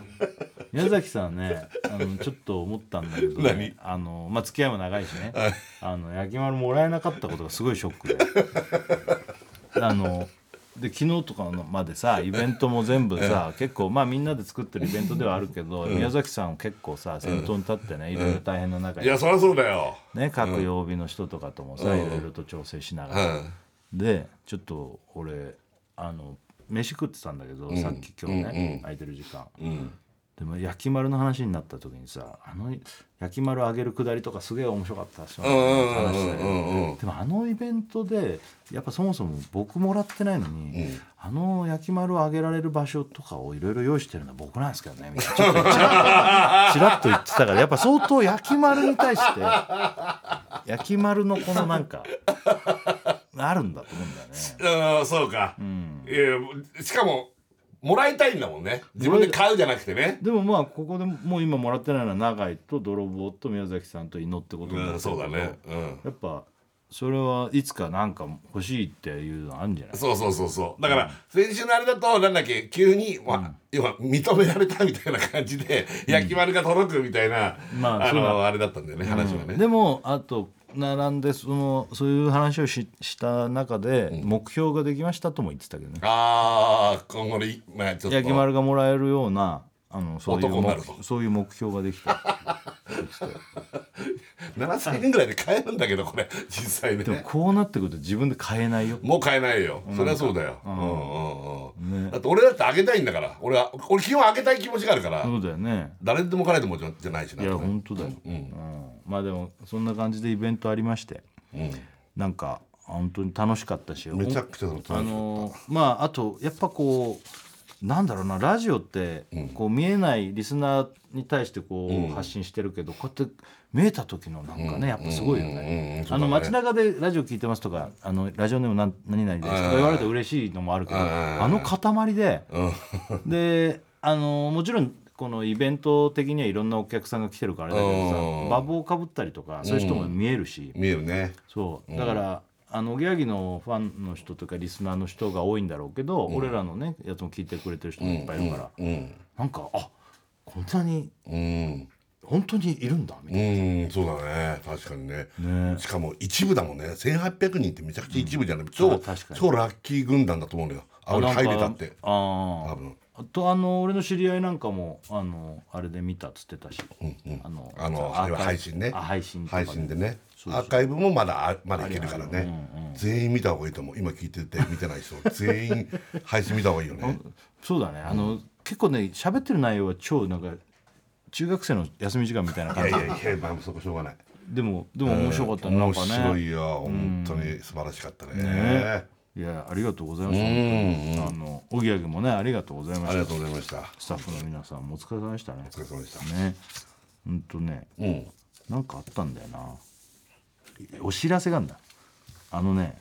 宮崎さんねあのちょっと思ったんだけど、ね、あのまあ付き合いも長いしねあの焼き丸もらえなかったことがすごいショックであので昨日とかのまでさイベントも全部さ結構まあみんなで作ってるイベントではあるけど、宮崎さん結構さ先頭に立ってねいろいろ大変な中いにやそりゃそうだよね、各曜日の人とかともさ、いろいろと調整しながら、でちょっと俺あの飯食ってたんだけど、さっき今日ね、空いてる時間、うんでも焼き丸の話になった時にさあの焼き丸あげるくだりとかすげえ面白かったっしょ、うん話しうんうんうんうてでもあのイベントでやっぱそもそも僕もらってないのに、あの焼き丸をあげられる場所とかをいろいろ用意してるのは僕なんですけど ねみたいなちょっとちらっとちらっと言ってたからやっぱ相当焼き丸に対して焼き丸のこのなんかあるんだと思うんだよあね。ーそうか、いやしかももらいたいんだもんね自分で買うじゃなくてねでもまあここでもう今もらってないのは永井と泥棒と宮崎さんと祈ってことになってうんそうるけどだねうんやっぱそれはいつかなんか欲しいっていうのあるんじゃないそうそうそうそうだから先週のあれだとなんだっけ急に、わ要は認められたみたいな感じで焼き丸が届くみたいな、まああそうのだあれだったんだよね話はね、でもあと並んでそのそういう話をしした中で目標ができましたとも言ってたけどね、ああ今後のいまあちょっと焼き丸がもらえるようなあのそういう男になる目とそういう目標が できた7000円ぐらいで買えるんだけどこれ実際ねでもこうなってくると自分で買えないよもう買えないよそれはそうだよ、うんうんうんだって俺だってあげたいんだから俺は俺基本あげたい気持ちがあるから、そうだよね誰でも彼でもじゃじゃないしないや本当だよ、うんまあでもそんな感じでイベントありまして、なんか本当に楽しかったしめちゃくちゃ楽しかったあのーまああとやっぱこうなんだろうなラジオってこう見えないリスナーに対してこう発信してるけど、こうやって見えた時のなんかねやっぱすごいようんうんうんねそうだねあの街中でラジオ聞いてますとかあのラジオネームなん何々ですとか言われると嬉しいのもあるけどうんうんうんあの塊でうんであのもちろんこのイベント的にはいろんなお客さんが来てるからあれだけどさうん馬房かぶったりとかそういう人も見えるし、見えるねそうだから、あのおぎやはぎのファンの人とかリスナーの人が多いんだろうけど、俺らのねやつも聞いてくれてる人もいっぱいいるから、うんなんかあこんなにうん本当にいるんだみたいうんそうだね確かにねなねしかも一部だもんね1800人ってめちゃくちゃ一部じゃない、超あ確かに超ラッキー軍団だと思うんだよあ俺入れたってあ多なんか分あーあとあの俺の知り合いなんかもあのあれで見たっつってたし、あのあのあれアーカイブは配信ねあ配信とか配信でねアーカイブもまだあまだいけるからね、全員見た方がいいと思う今聞いてて見てない人全員配信見た方がいいよねそうだねあの、結構ね喋ってる内容は超なんか中学生の休み時間みたいないや感いじやいやまあそこしょうがないでもでも面白かったね、なん面かね白いよ本当に素晴らしかったねねいやありがとうございました本当にあのおぎやはぎもねありがとうございまあしりたがとうございましたスタッフの皆さんもお疲れ様でしたねお疲れ様でしたねほんとねうんなんかあったんだよなお知らせがあんだあのね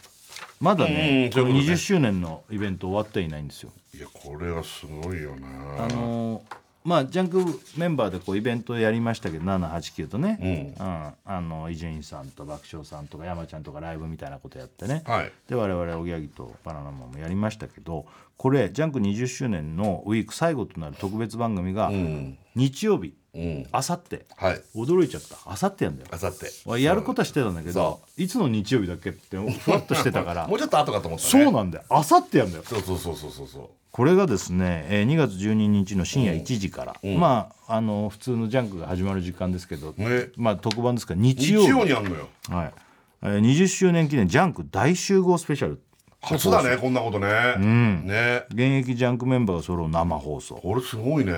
まだうねんそういうことね20周年のイベント終わっていないんですよいやこれはすごいよなあのーまあジャンクメンバーでこうイベントやりましたけど789とねうんあの伊集院さんと爆笑さんとか山ちゃんとかライブみたいなことやってね、はいで我々おぎやぎとバナナマンもやりましたけどこれジャンク20周年のウィーク最後となる特別番組が日曜日うんあさってはい驚いちゃったあさってやんだよあさってわやることはしてたんだけどそいつの日曜日だっけってふわっとしてたからもうちょっと後かと思ったね そうなんだよあさってやんだよそうそうそうそうそうそうこれがですね、えー2月12日の深夜1時から、まああの普通のジャンクが始まる時間ですけど、ねまあ特番ですから日日曜日曜にあんのよはいえー20周年記念ジャンク大集合スペシャル初だねこんなことねうんね現役ジャンクメンバーが揃う生放送これすごいね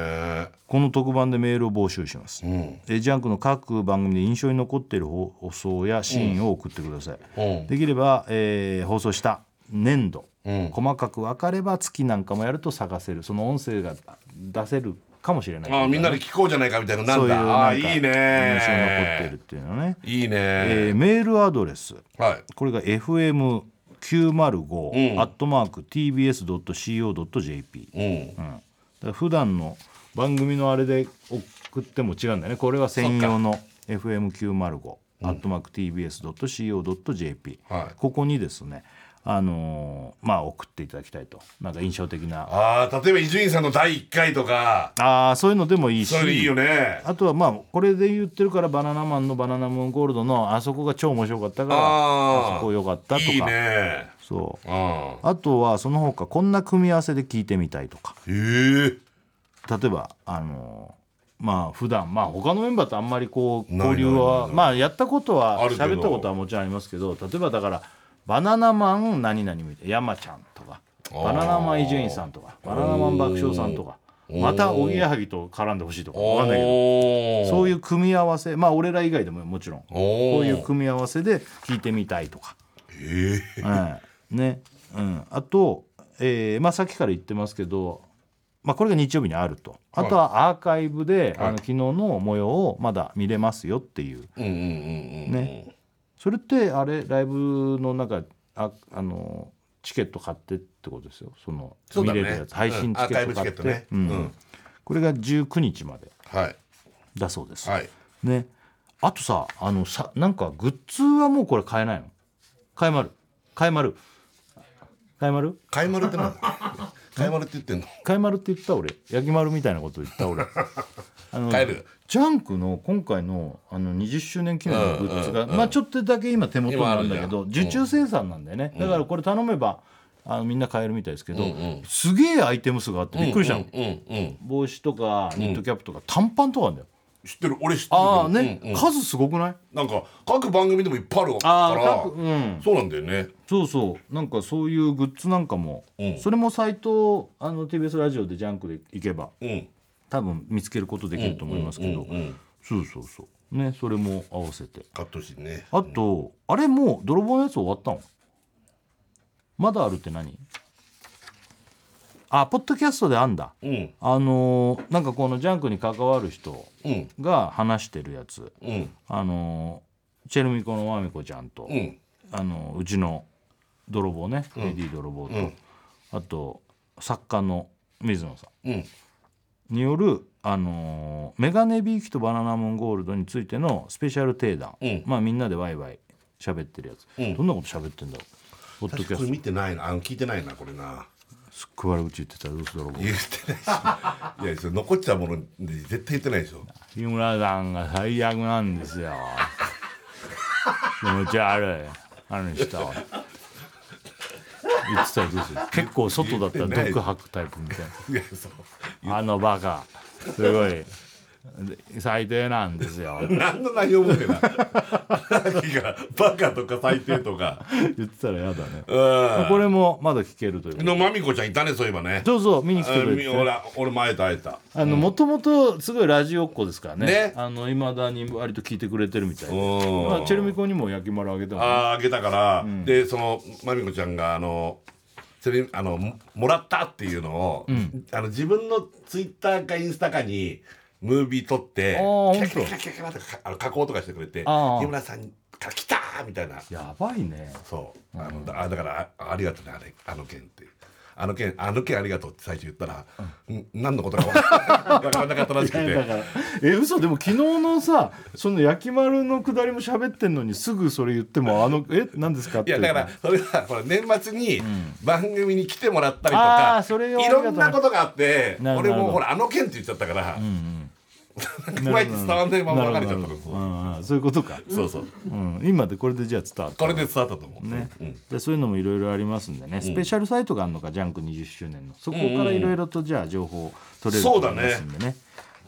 この特番でメールを募集します、えージャンクの各番組で印象に残っている放送やシーンを送ってください、うんできれば、えー放送した年度、細かく分かれば月なんかもやると探せるその音声が出せるかもしれないあみんなで聞こうじゃないかみたいななそうんいうなんだかあいい印象に残っているっねていうのね、いいえーねメールアドレスはいこれが FM905 アットマーク TBS.CO.JP、うんうん、だから普段の番組のあれで送っても違うんだよねこれは専用の FM905 アットマーク TBS.CO.JP、はいここにですねあのーまあ送っていただきたいとなんか印象的なあー例えば伊集院さんの第一回とかああそういうのでもいいしそれいいよねあとはまあこれで言ってるからバナナマンのバナナムーンゴールドのあそこが超面白かったからあーあそこ良かったとかいいねそうああとはその他こんな組み合わせで聞いてみたいとかへえ例えばあのーまあ普段まあ他のメンバーとあんまりこうない交流ないないはないまあやったことはあるけど喋ったことはもちろんありますけど例えばだからバナナマン何々みたいな山ちゃんとかバナナマン伊集院さんとかバナナマン爆笑さんとかまたおぎやはぎと絡んでほしいとかわかんないけどおそういういう組み合わせまあ俺ら以外でももちろんここういう組み合わせで聞いてみたいとか、ええはいねうん、あと、えーまあ、さっきから言ってますけど、まあ、これが日曜日にあるとあとはアーカイブで、あの昨日の模様をまだ見れますよっていううんうんうんうんねそれってあれライブの中ああのチケット買ってってことですよそのそうだ見ねれるやつ、配信チケッうんアーカイブト買って、チケットねうんうんこれが19日まではいだそうです、はいねあとさあのさなんかグッズはもうこれ買えないの買えまる買えまる買えまる買い丸って なんだ買い丸って言ってんの買い丸って言った俺焼き丸みたいなこと言った俺あの買えるジャンクの今回のあの20周年記念のグッズが、うんうんうんまあ、ちょっとだけ今手元にあるんだけ今あどるじゃん受注生産なんだよね、だからこれ頼めばあのみんな買えるみたいですけど、すげえアイテム数があってびっくりしたの、うんうん帽子とかニットキャップとか短パンとかあるんだよ、知ってる俺知ってるああね、うんうん数すごくないなんか各番組でもいっぱいあるかあらあ各うんそうなんだよねそうそうなんかそういうグッズなんかも、うんそれもサイトあの TBS ラジオでジャンクで行けばうん多分見つけることできると思いますけど、うんうんうんそうそうそうねそれも合わせて買ってほしいねあと、あれもう泥棒のやつ終わったのまだあるって何あポッドキャストであんだうんあのーなんかこのジャンクに関わる人うんが話してるやつうんあのーチェルミコのまみこちゃんと、うんあのうちの泥棒ね、レディー泥棒と、うんあと作家の水野さうんんによる、あのーメガネビーキとバナナムーンゴールド」についてのスペシャル定談、うんまあみんなでワイワイ喋ってるやつ、うんどんなこと喋ってんだろうポッド確キかャこれス見てないなあの聞いてないなこれなトすっごい悪口言ってたらどうするだろう言ってないし いやそれ残っちゃうもので絶対言ってないでしょ日村さんが最悪なんで すよ気持ち悪いあの人言ってたらどうする結構外だったら毒吐くタイプ みたいなやいそうあのバカすごい最低なんですよ何の内容もってない何がバカとか最低とか言ってたらやだねうん これもまだ聞けるということのまみこちゃんいたねそういえばねそうそう見に来てあくれてみ俺俺前と会えたあのもともとすごいラジオっ子ですからねねあの未だに割と聞いてくれてるみたいで、うんまあ、チェルミコにも焼き丸あげたもんねあああげたから、でそのまみこちゃんがあのそれあのももらったっていうのを、あの自分のツイッターかインスタかにムービー撮ってあーキャキ本ャキ当ャキャキャキャとかあの加工とかしてくれてあー日村さんから来たーみたいなやばいねそうあのだあだからあありがとうねあれあの件って。あの件あの件ありがとうって最初言ったら、ん、何のことか分かん分かんなかったらしくいやだかてらえ嘘でも昨日のさその焼き丸のくだりも喋ってんのにすぐそれ言ってもあのえ何ですかっいていやうだからそれはほら年末に番組に来てもらったりとあか、ーそれをあいりがとうろんなことがあってなるほ俺どもほらあの件って言っちゃったから、う まいち伝わんないまま別れちゃったのなるほどうんうんそういうことか、そうそううん、今でこれでじゃあ伝わったこれで伝わったと思う、ねうん、でそういうのもいろいろありますんでね、スペシャルサイトがあるのかジャンク20周年のそこからいろいろとじゃあ情報を取れると思いますんでね。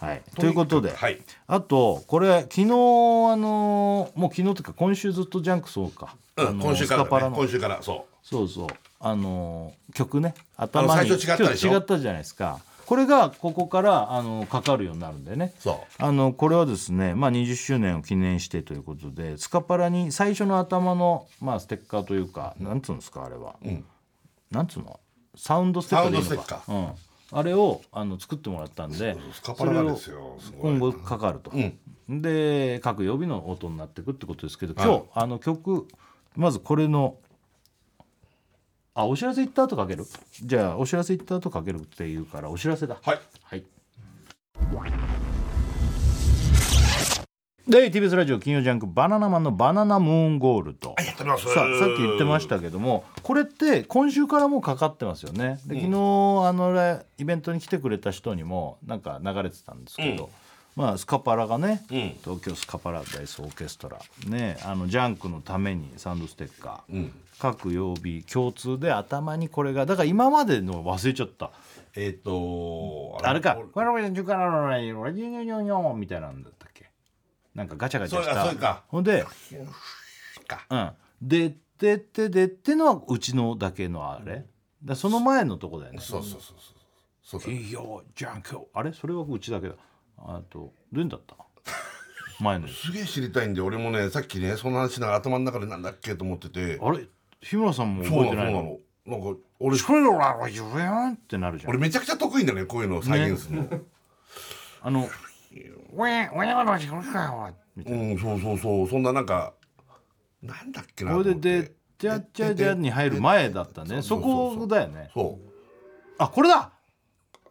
はい、ということで、はいあとこれ昨日あのーもう昨日というか今週ずっとジャンクそうか、うんあのー今週かスカパら、ラね、の今週からそそうそうあのー曲ね頭にあの最初違ったでしょ今日違ったじゃないですかこれがここからあのーかかるようになるんでねうそうあのこれはですね、まあ、20周年を記念してということでスカパラに最初の頭の、まあ、ステッカーというかなんつうんですかあれは、なんつうのサウンドステッカーでいいのかサウンドステッカうん、あれをあの作ってもらったんでスカパラなんですよすそれをごい今後かかると、で各曜日の音になっていくってことですけど今日、はいあの曲まずこれのあお知らせ行った後かけるじゃあお知らせ行った後かけるっていうからお知らせだはいはい。で TBS ラジオ金曜ジャンク「バナナマンのバナナムーンゴールド」やってますさあさっき言ってましたけどもこれって今週からもうかかってますよねで昨日あのらイベントに来てくれた人にもなんか流れてたんですけど、まあスカパラがね、ん東京スカパラダイスオーケストラねあのジャンクのためにサウンドステッカー、各曜日共通で頭にこれがだから今までの忘れちゃった。えっ、とあれか、これは10からのライン、ラジニョニョニョみたいなんだったっけなんかガチャガチャしそうかそうたか。ほんで、うん。で、で、で、でってのはうちのだけのあれらその前のとこだよねそうそうそうそうそうだいいよじゃん今日あれそれはうちだけだあとどうだった前のやつすげえ知りたいんで俺もねさっきねその話しながら頭の中でなんだっけと思っててあれ日村さんもそう覚なのえてそうなないののなんか俺それだろジューンってなるじゃ俺んめちゃくちゃ得意だねこういうのを再現するの、あの「ウェンウェンウェンウェンウェンウェンみたい うんそうそうそうそんななんかなんだっけななこれで「でじゃじゃじゃ」に入る前だったねそこだよねそうあこれだ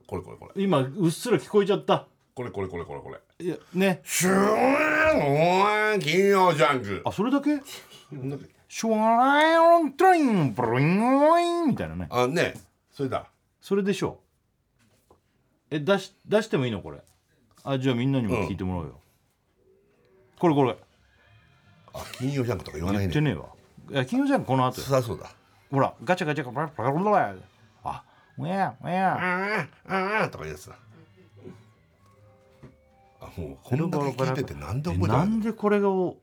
これこれこれ今うっすら聞こえちゃったこれこれこれこれこれいやね「シューン金曜ジャンクあそれだけシュワーロントレインブルインブルインみたいなね」あねそれだそれでしょえ出し出してもいいのこれあじゃあみんなにも聞いてもらおうよ、これこれあ金曜ジャンクとか言わない言ってねねえわいや金曜ジャンクこの後よそりゃそうだほらガチャガチャガチャガチャガチャガチャあウェアウ「ェアああああ」とかいうやつだあもうこんだけ聞いててなんで覚えてなないんでこれがこ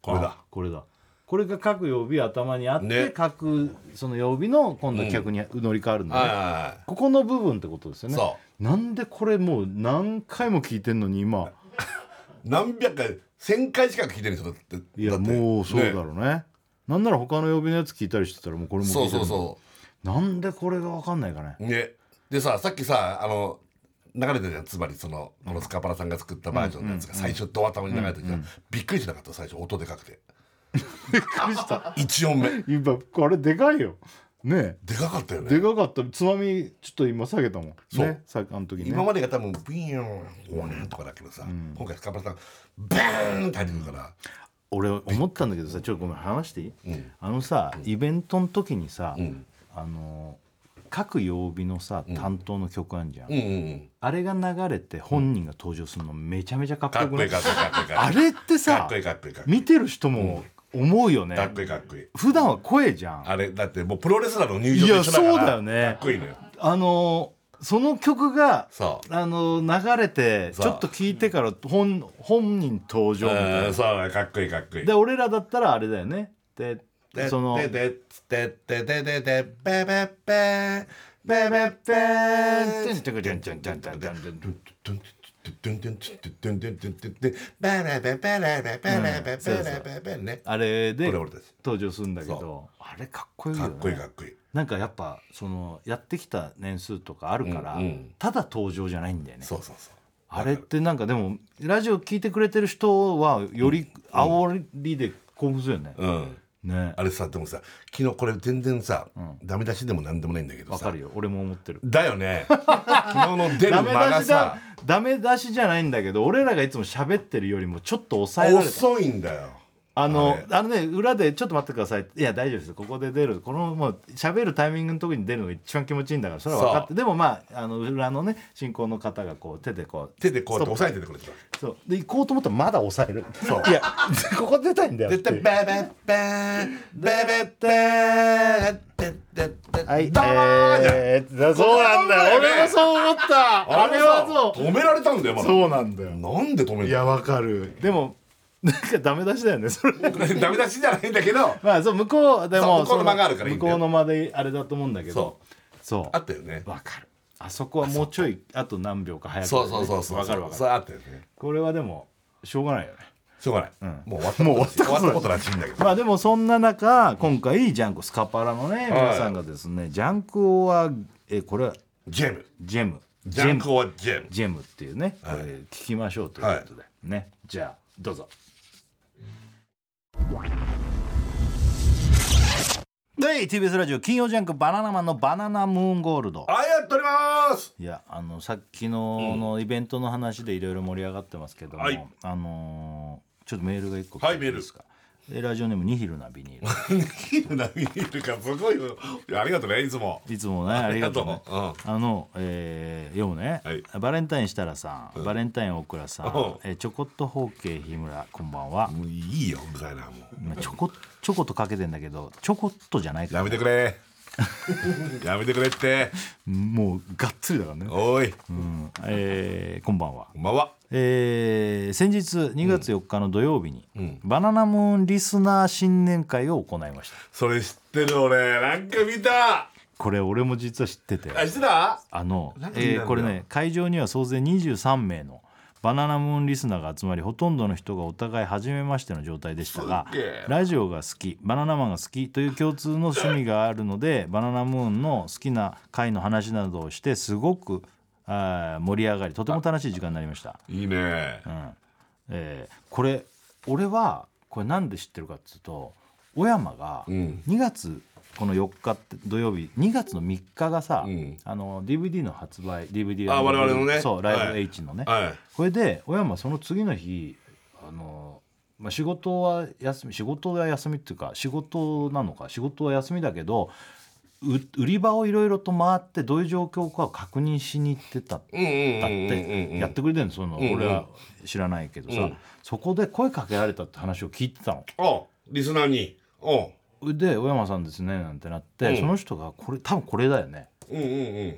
これだこれだこれが各曜日頭にあって、ね各その曜日の今度客に乗り換わるんだね、はここの部分ってことですよいねそなんでこれもう何回も聞いてんのに今う何百回1000回近く聞いてる人だっていやだってもうそうだねろうねなんなら他の曜日のやつ聞いたりしてたらもうこれも聞いてそうそるうそうなんでこれが分かんないかねうねでささっきさあの流れたじゃんつまりそのこのスカパラさんが作ったバージョンのやつが最初ドア頭に流れたじゃんびっくりしなかった最初音でかくてびっくりした1音 目今これでかいよねでかかったよえでねかかったつまみちょっと今下げたもんそうねさあの時ね今までが多分ビヨーンゴーンとかだけどさ今回スカパラさんバーンって入ってくるから俺思ったんだけどさちょっとごめん話していい、あのさイベントの時にさ、あの各曜日のさ担当の曲あんじゃん、うんうんうんあれが流れて本人が登場するのめちゃめちゃかっこかよっくこないいいかっこいいかっこいいかあっこいいれってかっさこいいかっこいいかっこいい見てる人も思うよね、かっこいいかっこいい普段は声じゃんああれだってもうプロレスラーの入場と一緒だからいやそうだよねかっこいいのよのーその曲がそうあのー流れてそうちょっと聞いてから本本人登場みたいなうんそうかっこいいかっこいいで俺らだったらあれだよねででそのでででででででべべべべべべねあれでこれ俺たち登場するんだけどそあれかっこいいよかねっこいいかっこいいなんかやっぱそのやってきた年数とかあるから、うんうんただ登場じゃないんだよねそうそうそうあれってなんかでもラジオ聞いてくれてる人はより煽りで興奮するよね、うんねあれさでもさ昨日これ全然さダメ出しでもなんでもないんだけどわかさるよ俺も思ってるだよね昨日の出る間ダメが出しださダメ出しじゃないんだけど俺らがいつも喋ってるよりもちょっと抑えられた遅いんだよあのああのね裏で「ちょっと待ってください」いや大丈夫ですここで出るこのもう喋るタイミングの時に出るのが一番気持ちいいんだからそれは分かっそてでもまああの裏のね進行の方がこう手でこう手でこうやって押さえててくれてたそうで行こうと思ったらまだ押さえるいや ここ出たいんだよ絶対ってバババンバババンてってってはいダーンじゃんえーそうなんだよこれ俺もそう思ったあれはそう止められたんだよまだそうなんだよなんで止めいるやわかるでもなんかダメ出しだよねそ れのダメ出しじゃないんだけどまあそう向こうでそうも向こうの間があるからいいんだ向よこうの間であれだと思うんだけどそそうあったよねわかるあそこはもうちょいあと何秒か早くそうそうそうそうわかるわかそうるあったよねこれはでもしょうがないよねしょうがないんもう終わったもう終わったことらしいんだけどまあでもそんな中今回ジャンクスカパラのね皆さんがですねジャンクオはえこれはジェムジェムジャンクはジェムジェムっていうね、これ聞きましょうということで、ねじゃあどうぞはい、TBS ラジオ金曜ジャンク「バナナマンのバナナムーンゴールド」あやっております いやあのさっきののイベントの話でいろいろ盛り上がってますけども、はいあのーちょっとメールが一個はいてもですか、えラジオネームニヒルなビニールいいな見えるかすごいよいやありがとうねいつもいつもねありがとうねありがとあの、えー読むね、はいバレンタイン設楽さん、バレンタイン大倉さん、うんえーちょこっと方形日村こんばんは、もういいようるさいなもうまあ、ちょこちょことかけてんだけどちょこっとじゃないかやめてくれやめてくれってらもうがっつりだからね、おいこうんえーこんばんはんばんはえー先日2月4日の土曜日に、バナナムーンリスナー新年会を行いましたそれ知ってる俺なんか見たこれ俺も実は知っててあしてたあのなん、かいいんだえよーこれね会場には総勢23名のバナナムーンリスナーが集まりほとんどの人がお互い初めましての状態でしたがすっげえラジオが好きバナナマンが好きという共通の趣味があるのでバナナムーンの好きな回の話などをしてすごくあー盛り上がりとても楽しい時間になりました、いいねうんえーこれ俺はこれなんで知ってるかっていうと小山がうん2月この4日って土曜日2月の3日がさ、うんあの DVD の発売 DVD あ我々のねそうライブはい H のね、はこれで小山その次の日あの、まあ、仕事は休み仕事は休みっていうか仕事なのか仕事は休みだけどう売り場をいろいろと回ってどういう状況かを確認しに行ってたいうんうんだっうんうんうてんやってくれてるのそのんうん俺は知らないけどうさんそこで声かけられたって話を聞いてたの。おリスナーにおで「小山さんですね」なんてなって、うんその人がこれ多分これだよねうんう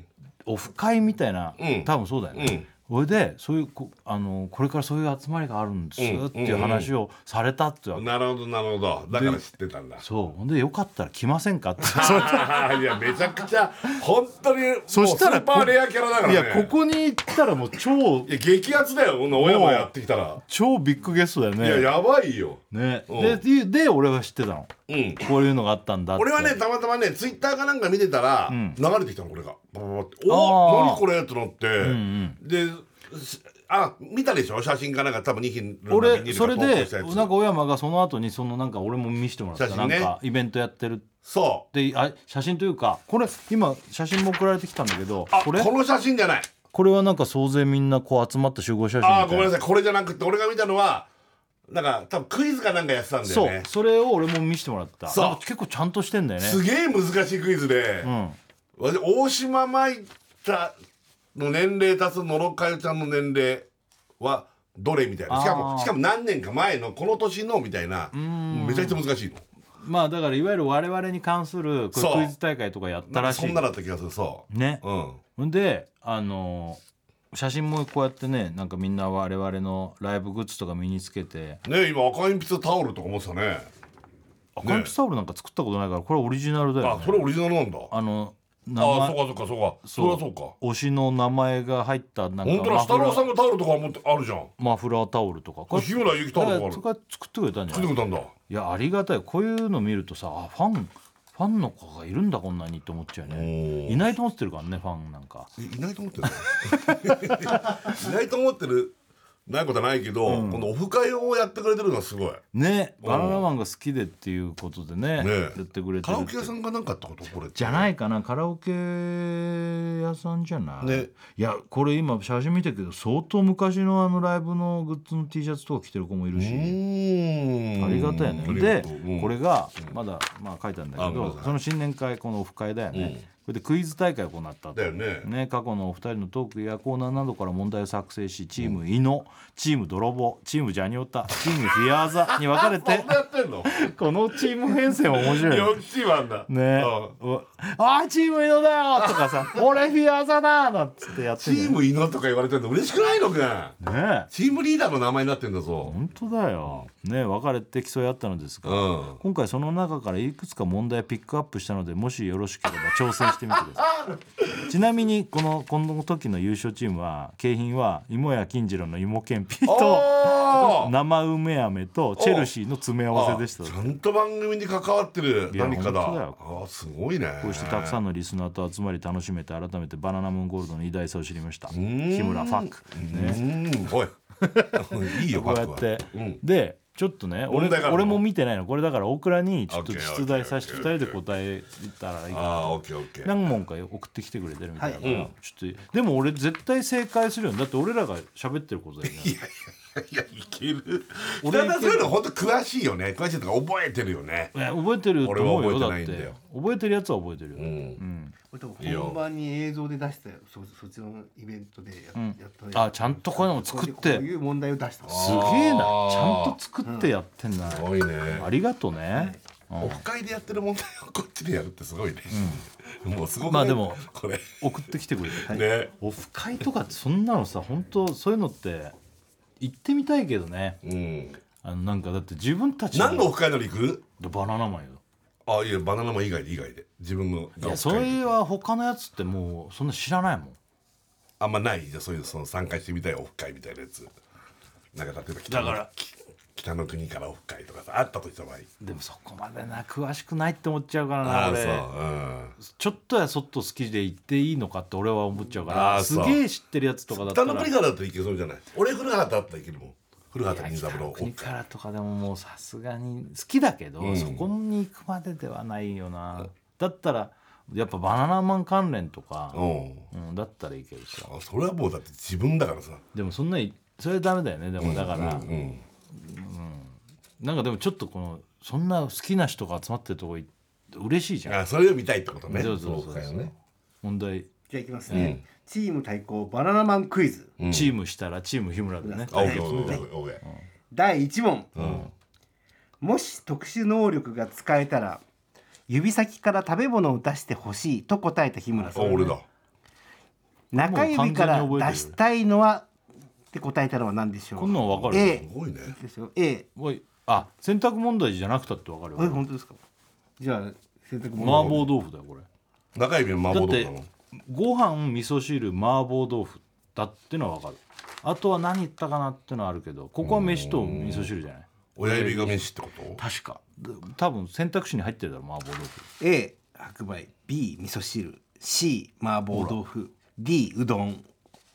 んオフ会みたいな、うん多分そうだようんうね。んそれでそういうこあのこれからそういう集まりがあるんですうんっていう話をされたってわけ、なるほどなるほどだから知ってたんだそうほんで「よかったら来ませんか?」っ ていやめちゃくちゃ本当にもうそしたスらーパーレアキャラだからねいやここに行ったらもう超いや激アツだよこんな小山やってきたら、超ビッグゲストだよね。いややばいよねうんででで俺は知ってたのうんこういうのがあったんだって俺はねたまたまねツイッターかなんか見てたら、ん流れてきたのこれがバババって「あおー何これ?」ってなって、んですあ見たでしょ写真かなんか多分2品俺それでそなんか小山がその後にそのなんか俺も見せてもらった、写真ねなんかイベントやってるってそうであ写真というかこれ今写真も送られてきたんだけどあここれの写真じゃないこれはなんか総勢みんなこう集まった集合写真みたいなあーごめんなさいこれじゃなくて俺が見たのはなんか多分クイズかなんかやってたんだよそうねそれを俺も見せてもらったそうなんか結構ちゃんとしてんだよねすげえ難しいクイズで、うん私大島舞たの年齢足す野呂佳代ちゃんの年齢はどれみたいなしかあもーしかも何年か前のこの年のみたいなめちゃくちゃ難しいのまあだからいわゆる我々に関するこれそうクイズ大会とかやったなんらかしそいんなだった気がするそうねうんほんであのー写真もこうやってねなんかみんな我々のライブグッズとか身につけてね今赤鉛筆タオルとか持ってたね赤鉛筆タオルなんか作ったことないからこれオリジナルだよ、あね、それオリジナルなんだああの名あ前そうかそうかそうかそりゃそうか推しの名前が入ったなんか本当だマフラ設ー楽さんがタオルとか持ってあるじゃんマフラータオルとかこれ日村ゆきタオルとかあるとか作ってくれたんじゃ作ってくれないたんだいやありがたいこういうの見るとさあファンファンの子がいるんだこんなにって思っちゃうよねおーいないと思ってるからねファンなんかいいないと思ってる いないと思ってるないことはないけど、このオフ会をやってくれてるのはすごいねんバナナマンが好きでっていうことでねねやってくれてカラるっオてケ屋さんかなんかってことこれじゃないかなカラオケ屋さんじゃない、ねいやこれ今写真見たけど相当昔のあのライブのグッズの T シャツとか着てる子もいるうし、ーんありがたいあねりがでとううんこれがまだまあ書いてあるんだあけごめんなどさいその新年会このオフ会だようんねこれでクイズ大会を行ったとだよねね過去のお二人のトークやコーナーなどから問題を作成しチーム伊野チーム泥棒チームジャニオタチームフィアーザに分かれ そてんなやってんのこのチーム編成も面白いよね4チームあんだねうんうわあーチーム伊野だ よとかさ俺フィアーザだなんつってやってチんだよーム犬とか言われてるの嬉しくないのかねチームリーダーの名前になってんだぞ本当だよね分かれて競い合ったのですうがん今回その中からいくつか問題をピックアップしたのでもしよろしければ挑戦してみてくださ いちなみにこのこの時の優勝チームは景品は芋屋金次郎の芋けんぴとおー生梅飴とチェルシーの詰め合わせでしたあちゃんと番組に関わってるいや何かだ本当だよあすごいねこうしてたくさんのリスナーと集まり楽しめて改めてバナナムーンゴールドの偉大さを知りました日ん村ファック うねんおいいいよこうやパっックはてうんでちょっとね問俺題があるの俺も見てないのこれだから大倉にちょっと OK 出題させて OK 2人で答えたらいいかなああオッケーオッケー何問か送ってきてくれてるみたいな、はいうんちょっとでも俺絶対正解するよねだって俺らが喋ってることだよね いやいける 俺俺いけだそるういうの本当詳しいよね詳しいとか覚えてるよねいや覚えてると思うよ俺だは覚えてなっいんだてよ覚えてるやつは覚えてるよ、うんこれ多いい分よ本番に映像で出したよそそっちのイベントでや,、やったねあちゃんとこういうのも作ってこういうこういう問題を出したすげえなちゃんと作ってやってんな、すごいねありがとうね、オフ会でやってる問題をこっちでやるってすごいね もうすごくまあでもこれ送ってきてくれて、ねオフ会とかってそんなのさ本当そういうのって行ってみたいけどねうんあのなんかだって自分たち何のオフ会なのに行くバナナマンよあいやバナナマン以外で以外で自分のいやそれは他のやつってもうそんな知らないもんあんまないじゃあそういうその参加してみたいオフ会みたいなやつなんか例えば北のだから北の国からオフ会とかさあったとした場合でもそこまでな詳しくないって思っちゃうからなああ俺そううんちょっとやそっと好きで行っていいのかって俺は思っちゃうかあらーすそうげえ知ってるやつとかだった北らの国からだといけそうじゃない俺古畑だったらいけるもん古畑任三北郎のオフ国会からとかでももうさすがに好きだけど、うんそこに行くまでではないよなだったらやっぱバナナマン関連とかう、んうん、だったらいいけどさあそれはもうだって自分だからさでもそんないそれはダメだよねでもだから、うんなんかでもちょっとこのそんな好きな人が集まってるとこ行って嬉しいじゃんあそれを見たいってことねそうそうそうそうオフ会をね問題じゃあいきますね、チーム対抗バナナマンクイズうんチームしたらチーム日村でね、あオーケーオーケーオーケー第1問うんもし特殊能力が使えたら指先から食べ物を出してほしいと答えた日村あさん俺だ中指からもう完全に覚えてる出したいのはって答えたのは何でしょうこんなん分かる A すごいねですよ A おいあ選択問題じゃなくたって分かるよえ本当ですかじゃあ選択問題麻婆豆腐だよこれ中指の麻だ婆っ豆腐てだもんご飯味噌汁麻婆豆腐だってのは分かるあとは何言ったかなってのはあるけどここは飯と味噌汁じゃない親指が飯ってこと確かで多分選択肢に入ってるだろ麻婆豆腐 A 白米 B 味噌汁 C 麻婆豆腐 D うどっん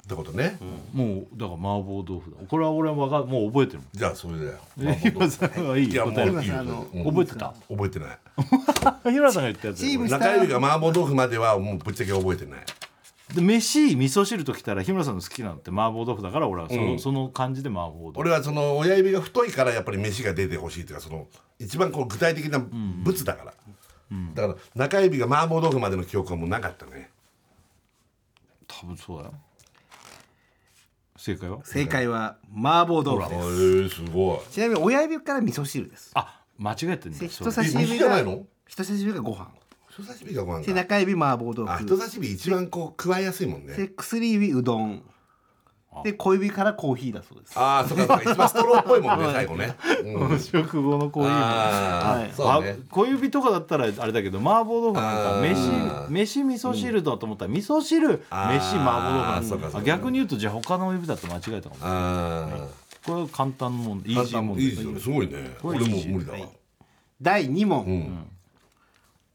てことねもうだから麻婆豆腐だこれは俺はわかもう覚えてるじゃあそれだよもん日村 さんはいいいやもう答えいるいよあのうん覚えてた覚えてない日村さんが言ったやつだチーよこムスタ中指ーが麻婆豆腐まではもうぶっちゃけ覚えてないれで飯味噌汁ときたら日村さんの好きなのって麻婆豆腐だから俺はその,、うんその感じで麻婆豆腐俺はその親指が太いからやっぱり飯が出てほしいというかその一番こう具体的な物だから、だから中指が麻婆豆腐までの記憶はもうなかったね多分そうだよ正解は正解は麻婆豆あ腐えですー、すごいちなみに親指から味噌汁ですあ間違えてんだでそ人れ差しえ指西じゃがないの人差し指がご飯人差し指がご飯でか中指麻婆豆あ人腐差し指一番こう加えやすいもんでね薬指うどんで小指からコーヒーだそうですああそっかそっか一番ストローっぽいもんね最後ね、うん、食後のこういうのあはあいそうねあ小指とかだったらあれだけど麻婆豆腐なんかあー飯飯味噌汁だと思ったら、味噌汁飯あ麻ー婆豆そうかそ腐なんうだかあ逆に言うとじゃあ他の指だと間違えたかもあこれは簡単なもんイあージーもんいいですよねすごいねこれ俺いいもしう無理だわ、はい第2問、うん、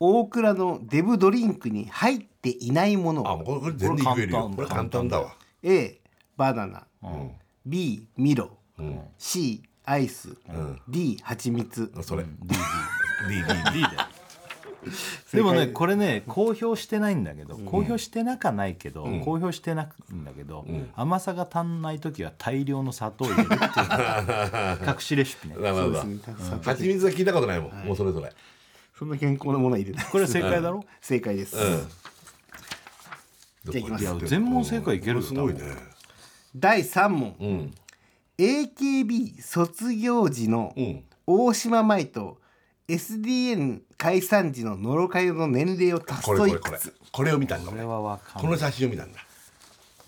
大倉のデブドリンクに入っていないものあもはうこれこれ全然言えるよここれれ簡簡単単だわ A バナナ、B ミロ、ん C アイス、D 蜂蜜あそれ DD だよでもねこれね公表してないんだけど、公表してなかないけど、公表してないんだけど、甘さが足んない時は大量の砂糖を入れるってい う隠しレシピねなるほそどうですねたくさん蜂蜜は聞いたことないもん、もうそれぞれそんな健康なものは 入れないこれ正解だろ、正解です、じゃあいきますいや全問正解いけるよすごいね第3問、ん AKB 卒業時のうん大島舞と SDN 解散時の野呂佳代の年齢を足こすれとこいれこれくつこれを見たんだこれ俺はわかこんないの写真を見たんだ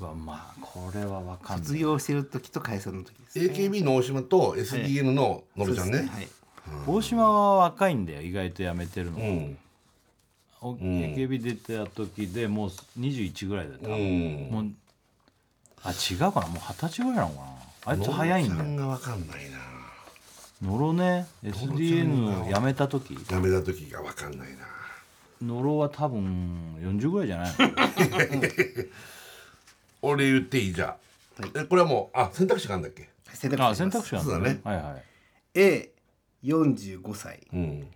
うわまあこれはわかんな卒い業してる時と解散の時です AKB の大島と SDN ののぶちゃんねはい大島は若いんだよ意外とやめてるの、うんお AKB 出てた時でもう21ぐらいだよ多う分、んもうあ違うかなもう二十歳ぐらいなのかなあいつ早いんだのぶちゃよがわかんないな野呂ね SDN を辞めた時ダメだ時がわかんないな野呂は多分40ぐらいじゃないの俺言っていいじゃん、はいえこれはもうあ選択肢があるんだっけ選択肢あ選択肢なんだそうだねはいはい A45 歳うん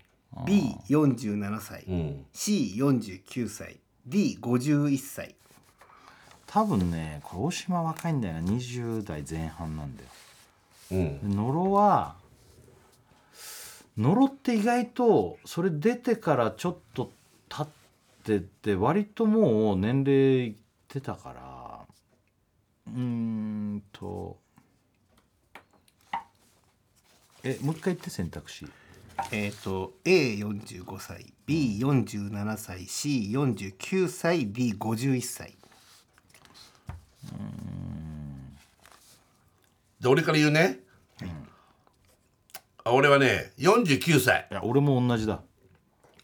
B47 歳、うん C49 歳 D51 歳多分ねこれ大島若いんだよな20代前半なんだようん野呂は野呂って意外とそれ出てからちょっと経ってて割ともう年齢いってたからうーんとえもう一回言って選択肢えっ、と A45 歳 B47 歳 C49 歳 D51 歳じゃあ俺から言うね、あ俺はね49歳いや俺も同じだあ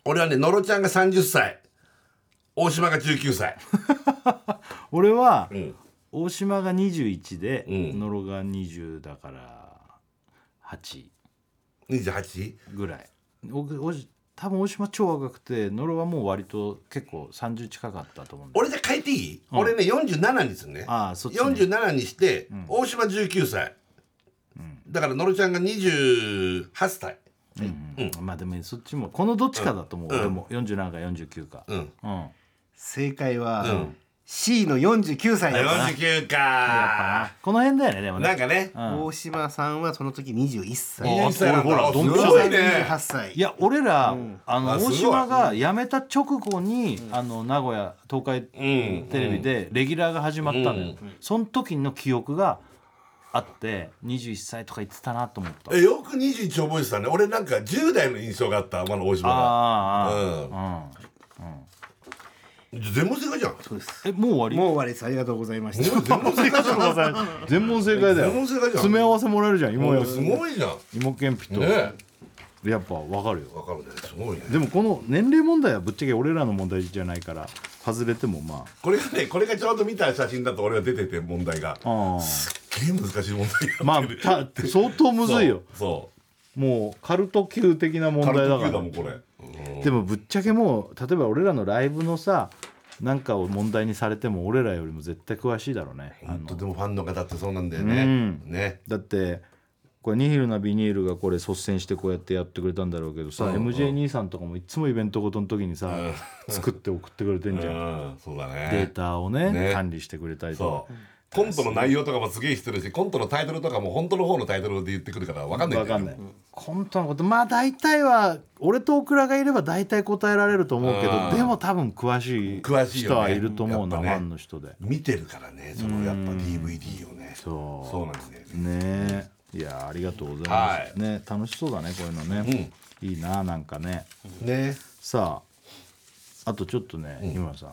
俺はね野呂ちゃんが30歳大島が19歳俺はうん大島が21で、うん野呂が20だから8 28ぐらいおおじ多分大島超若くて野呂はもう割と結構30近かったと思うんだ俺じゃ変えていい、俺ね47にするねああそっちね47にして、大島19歳、だから野呂ちゃんが28歳うんまあでもそっちもこのどっちかだと思う、俺も47か49かうんうん、正解は、うん C の49歳だった49かこの辺だよねでもねなんかねうなん大島さんはその時21歳21歳なんだほらあドンピシャすごいね28歳いや俺ら、あのあすご大い島が辞めた直後に、あの名古屋東海うんテレビでレギュラーが始まったのよ、その時の記憶があって21歳とか言ってたなと思ったえよく21覚えてたね俺なんか10代の印象があったまだ大島があうんーあ全問正解じゃんそうですー、うん、えもう終もわう終わりですありがとうございました全問正解じゃんり全問正解全問正解じゃんわせもらえるじゃんもうすごいじゃん芋けんぴと、ねえやっぱ分かるよ分かるねすごいねでもこの年齢問題はぶっちゃけ俺らの問題じゃないから外れてもまこれがねこれがちょうど見た写真だと俺は出てて問題がああすっげえ難しい問題あがまああってるた相当むずいよそもうカルト級的なう問カル題だトか級らだもんこれでもぶっちゃけもう例えば俺らのライブのさなんかを問題にされても俺らよりも絶対詳しいだろうねあ本の当でもファンの方ってそうなんだようねんねだってこれニヒルなビニールがこれ率先してこうやってやってくれたんだろうけどさ、うんうん MJ 兄さんとかもいつもイベントごとの時にさ、作って送ってくれてうんじゃん、んそうだデーねタをねね管理してくれたりとそうコントの内容とかもすげえしてるしコントのタイトルとかも本当の方のタイトルで言ってくるから分かんかないん分だよかんなねい、コントのことまあ大体は俺とオクラがいれば大体答えられると思うけどうんでも多分詳し詳いしいよね人はいると思うな、やっぱねファンの人で。見てるからねそのやっぱ DVD をねそうそうなんですねねえいやありがとうございます、はいね楽しそうだねこういうのね、いいななんかねねさああとちょっとね、日村さん、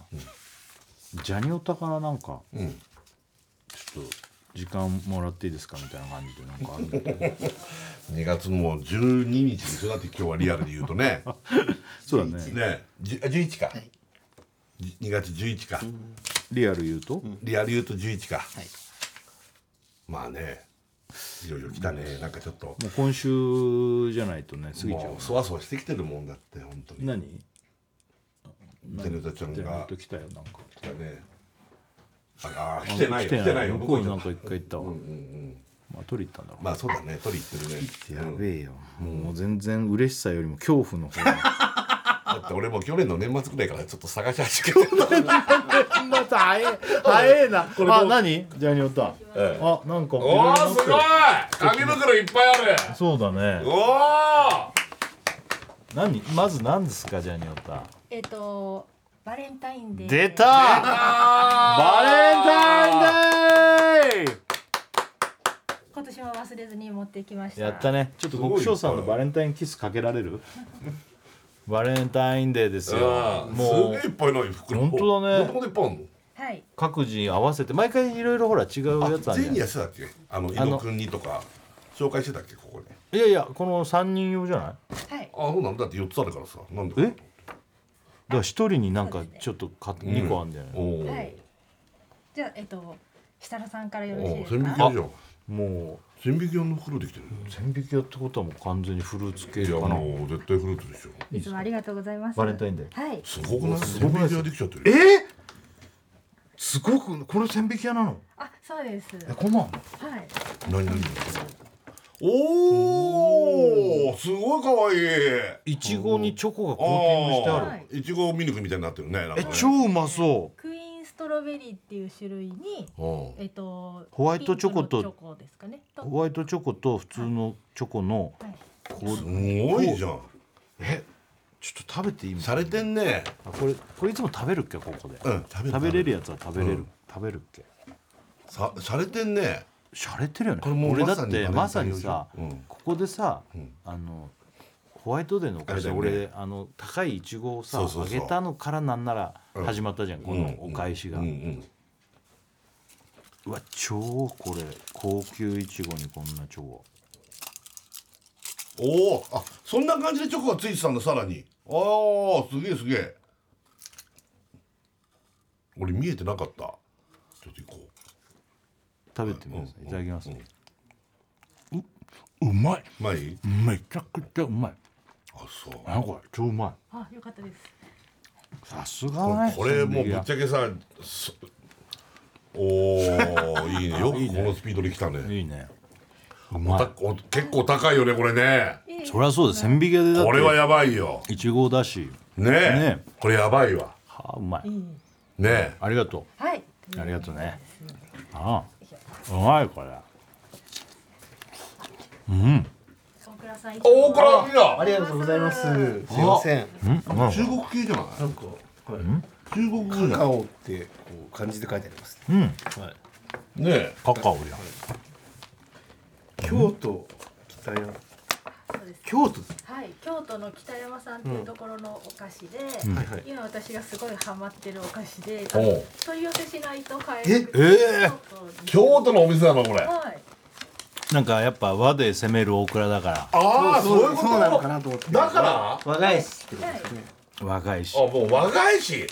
ジャニオタからなんか、ちょっと時間もらっていいですかみたいな感じでなんかあるんだ けど2月も12日に育って今日はリアルで言うと ねそうだねねじあ11かじ2月11かリアル言うと、リアル言うと11かいまあねいよいよ来たねなんかちょっともう今週じゃないとね過ぎちゃうもうそわそわしてきてるもんだって本当に何ゼルダちゃんジャニオがタ来たよなんか来たねああ来てないよ来てないよ向こうに向なこんうか一回行ったわ、まあ取り行ったんだろうなまあそうだね取り行ってるねやべえよ、もう全然嬉しさよりも恐怖の方がだって俺も去年の年末くらいからちょっと探し始めて また早え早 えなあ何ジャニオタ、えあなん かおおいろいろすごい紙袋いっぱいあるそうだねお何まず何ですかジャニオタえっとバレンタインデー出たバレンタインデ今年も忘れずに持ってきましーたやったねちょっと国生さんのバレンタインキスかけられる バレンタインデーですよおももうすげえいうっぱいない袋ほんとだねもともといっぱいあるはい各自合わせて毎回いろいろほら違うやつのあある全じ員ゃやってたっけあの井あの戸くんにとか紹介してたっけここにんいやいやこの三人用じゃないはいあそうなんだだって4つあるからさなんだえだから一人になんかちょっとか2個あんじゃない、おおはいじゃあえっと設楽さんからよろしおいです千か匹用じゃんも千匹用の袋できてるう千匹屋ってことはもう完全にフルーツ系いやかなもう絶対フルーツでしょいつもありがとうございますバレンタインデーはいすごくない千匹用できちゃってるえすごくこれ千匹屋なのあそうですえこんなんあんのはい何何おおすごい可愛いいちごにチョコがコーティングしてああるあいちごミルクみたいになってるねなんかえね超うまそうクイーンストロベリーっていう種類にうんえっとホワイトチョコとピンクのチョコですかねとホワイトチョコと普通のチョコのはいこうすごいじゃんえちょっと食べていいされてんねあこれこれいつも食べるっけここで、うん食べる食べれるやつは食べれる、うん食べるっけさされてんね洒落てるよねこれもう俺だまさっにバレンてタインまさにさ、用じゃんうんここでさ、あのホワイトデーのお返しであれだ俺よねあの高いイチゴをさそうそうそうあげたのからなんなら始まったじゃん、こうんのお返しが、ううんうんわ超これ高級イチゴにこんな超おおあそんな感じでチョコがついてたんださらにああすげえすげえ俺見えてなかったちょっと行こ食べてみますいただきますねうまいうまいめちゃくちゃうまいあそうなんかこれ超うまあ、よかったです。いさすがねこれもうぶっちゃけさすおー いいねよくこのスピードで来たねいいねうおまたいお結構高いよねこれねそりゃそうです千匹屋でだっこれはてやばいよいちごだしねえねこれやばいわはあうまいねえありがとはい。うありがとうねああうまいこれ大倉さん。おおこれは見だありがとうございます。すいません。中国系じゃないなんか、はい、中国系じゃないカオってこう漢字で書いてあります、うんはい。ねえカカオやん京都北山そうです京都はい、京都の北山さんっていうところのお菓子で、はいはい今私がすごいハマってるお菓子で、おう取り寄せしないと買えなくて、ええ京都のお店なのこれあはい、なんかやっぱ和で攻めるオクラだかあーそういうこそうなのかとなと思って。だから和返しってことですね。ら若いしあもう和菓子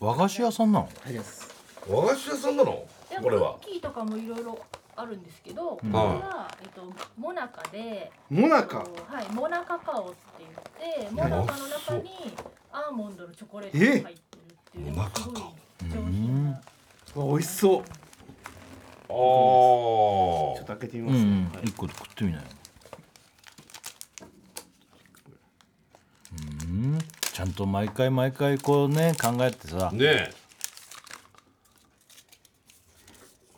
和菓子屋さんなのあります。和菓子屋さんなのでもこれはクッキーとかもいろいろあるんですけど、んこれは、えっと、モナカでモナえカっ。とはい、モナカカオって言ってモナカの中にアーモンドのチョコレートが入ってるっていうえすごい上品なわ美味しそう。ちあょっと開けてみうますね。んはい一個食ってみないうんちゃんと毎回毎回こうね考えてさあねえ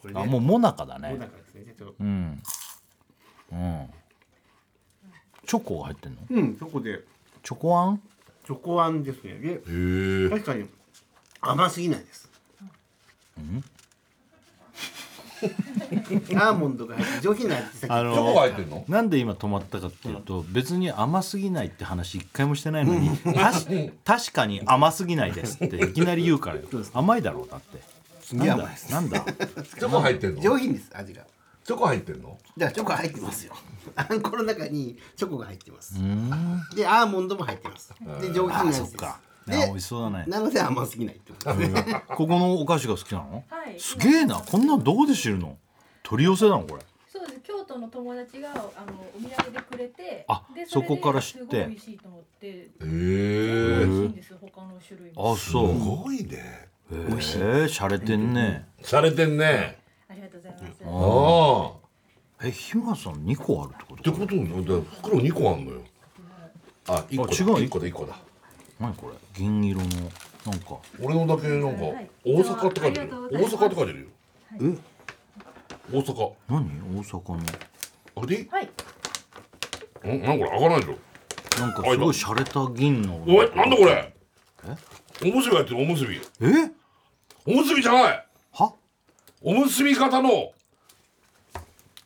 これあね。もうモナカだねモナカですね。ちょっとうんうんチョコが入ってんのうん、そこでチョコあんチョコあんですね。で、へえ確かに甘すぎないです。 アーモンドが入って上品な味。あチョコがの入ってんのなんで今止まったかっていうと別に甘すぎないって話一回もしてないのにたし確かに甘すぎないですっていきなり言うからよ甘いだろうだってすげえ甘いですなんだなんだ チョコ入ってんのチ上品です味が。ョコ入ってんのじゃあチョコ入ってますよ。 あんこの中にチョコが入ってます。でアーモンドも入ってます。で上あ品なやつでそっす。かであ美味しそうだねなので甘すぎないってことですね。ここのお菓子が好きなの、はいすげえなこんなんどこで知るの取り寄せなのこれそうです京都の友達があのお土産でくれてあでそこからそれ知っでてすごい美味しいと思ってへ美え味しいんですよ他の種類もあそう、すごいねえー、しゃれてんね、されてんねありがとうございます、ああえ日村さん2個あるってこってとことで袋二個あんのよあ一個だあ違う一個だ一個だ何これ銀色のなんか俺のだけなんかはい大阪って書いてあるあより大がとうござ阪って書いいますてあるよえ大阪何大阪のあではいんなんこれ開かないでしょなんかすごい洒落た銀のおいなんだこれおむすび入ってるおむすびえおむすびじゃないはおむすび型のお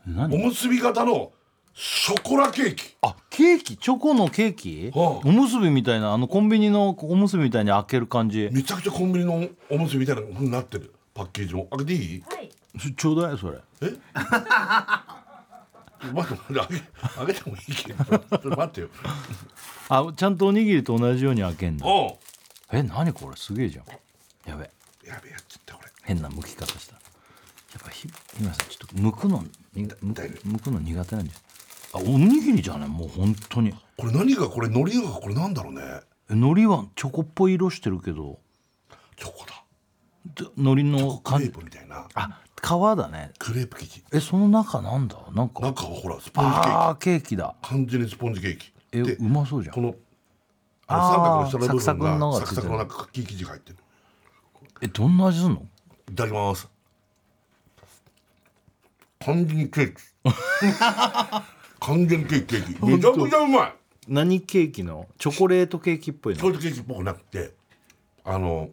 何むすび型のショコラケーキあケーキチョコのケーキ、はあおむすびみたいなあのコンビニのおむすびみたいに開ける感じめちゃくちゃコンビニのおむすびみたいな風になってるパッケージも開けていいはいちちょうだいそれえ待って待って開け開けてもいいけどちょっと待ってよあちゃんとおにぎりと同じように開けんだおえ何これすげえじゃんやべうやべえやっちゃったこれ変な剥き方したやっぱひ日村さんちょっと剥くのにむだいぶ剥くの苦手なんですあおにぎりじゃないもう本当にこれ何がこれ海苔がこれなんだろうねえ海苔はチョコっぽい色してるけどチョコだで海苔のクレ感ーじプみたいなあ皮だねクレープ生地えその中なんだなんか中はほらスポンジケーキあーケーキだ完全にスポンジケーキえでうまそうじゃこんのあの三角の下の部分がササクサクのがついクてサるクの中クッキー生地が入ってるえどんな味すんのいただきます完全にケ ーキ完全にケーキケーキめちゃくちゃうまい何ケーキのチョコレートケーキっぽいショートケーキっぽくなくてあの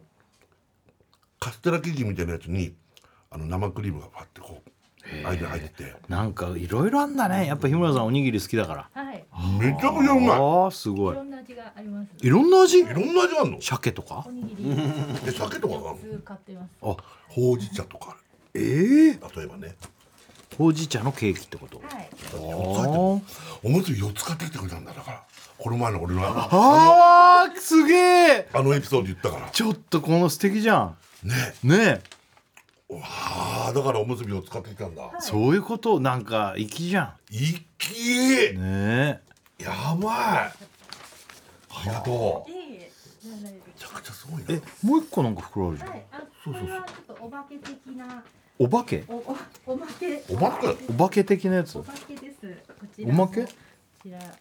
カステラ生地みたいなやつにあの生クリームがパッてこう間に入っててなんかいろいろあんだねやっぱ日村さんおにぎり好きだからはいめちゃくちゃうあまーすごいいろんな味がありますいろんな味いいろんな味あんの鮭とかおにぎり普え酒とかがあるの通買ってますあほうじ茶とかええある例えばねほうじ茶のケーキってことはいあおむつ4つ買ってきてくれたんだだからこの前の俺のああーすげえのエピソード言ったからちょっとこの素敵じゃんねねえああだからおむつ4つ買ってきたんだそういうことなんか粋じゃ一気んねやばいありがとうめいえいえじゃないでちすゃくちゃすごいえなえもう一個なんか袋あるじゃんはいあこれはちょっとお化け的なお化けおお おまけおまけお化け的なやつお化けですこちらおまけこちら設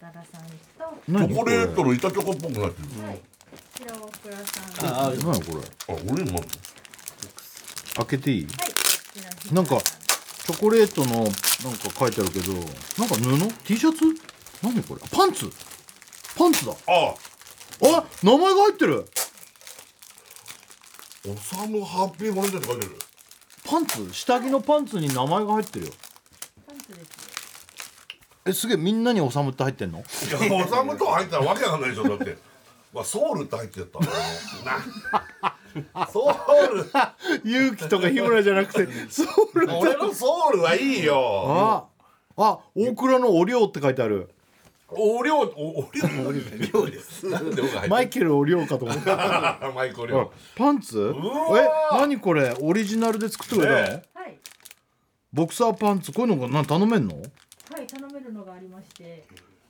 楽さんとチチョコレートの板チョコっぽくなってるはい、こちら大倉さん。はあい、あ何これあ俺も開けていいこちらひななんかチョコレートのなんか書いてあるけどなんか布 T シャツ何これあパンツパンツだああ名前が入ってるおさむハッピーボレンタインって書いてるパンツ下着のパンツに名前が入ってるよパンツです。えすげえみんなにおさむって入ってんのいや、おさむと入ったらわけわかんないでしょ、だって。 まあ、ソウルって入ってたの。な。ソウル。勇気とか日村じゃなくて そうル俺のソウルはいいよ。ああ大倉のお料って書いてあるお量、お、お量、お量です。なんで、おが入マっイケルお料かと思った た。マイクお量。パンツわえ何これオリジナルで作ってくれたの、ねはい、ボクサーパンツこういうのがなん頼めんのはい、頼めるのがありまして。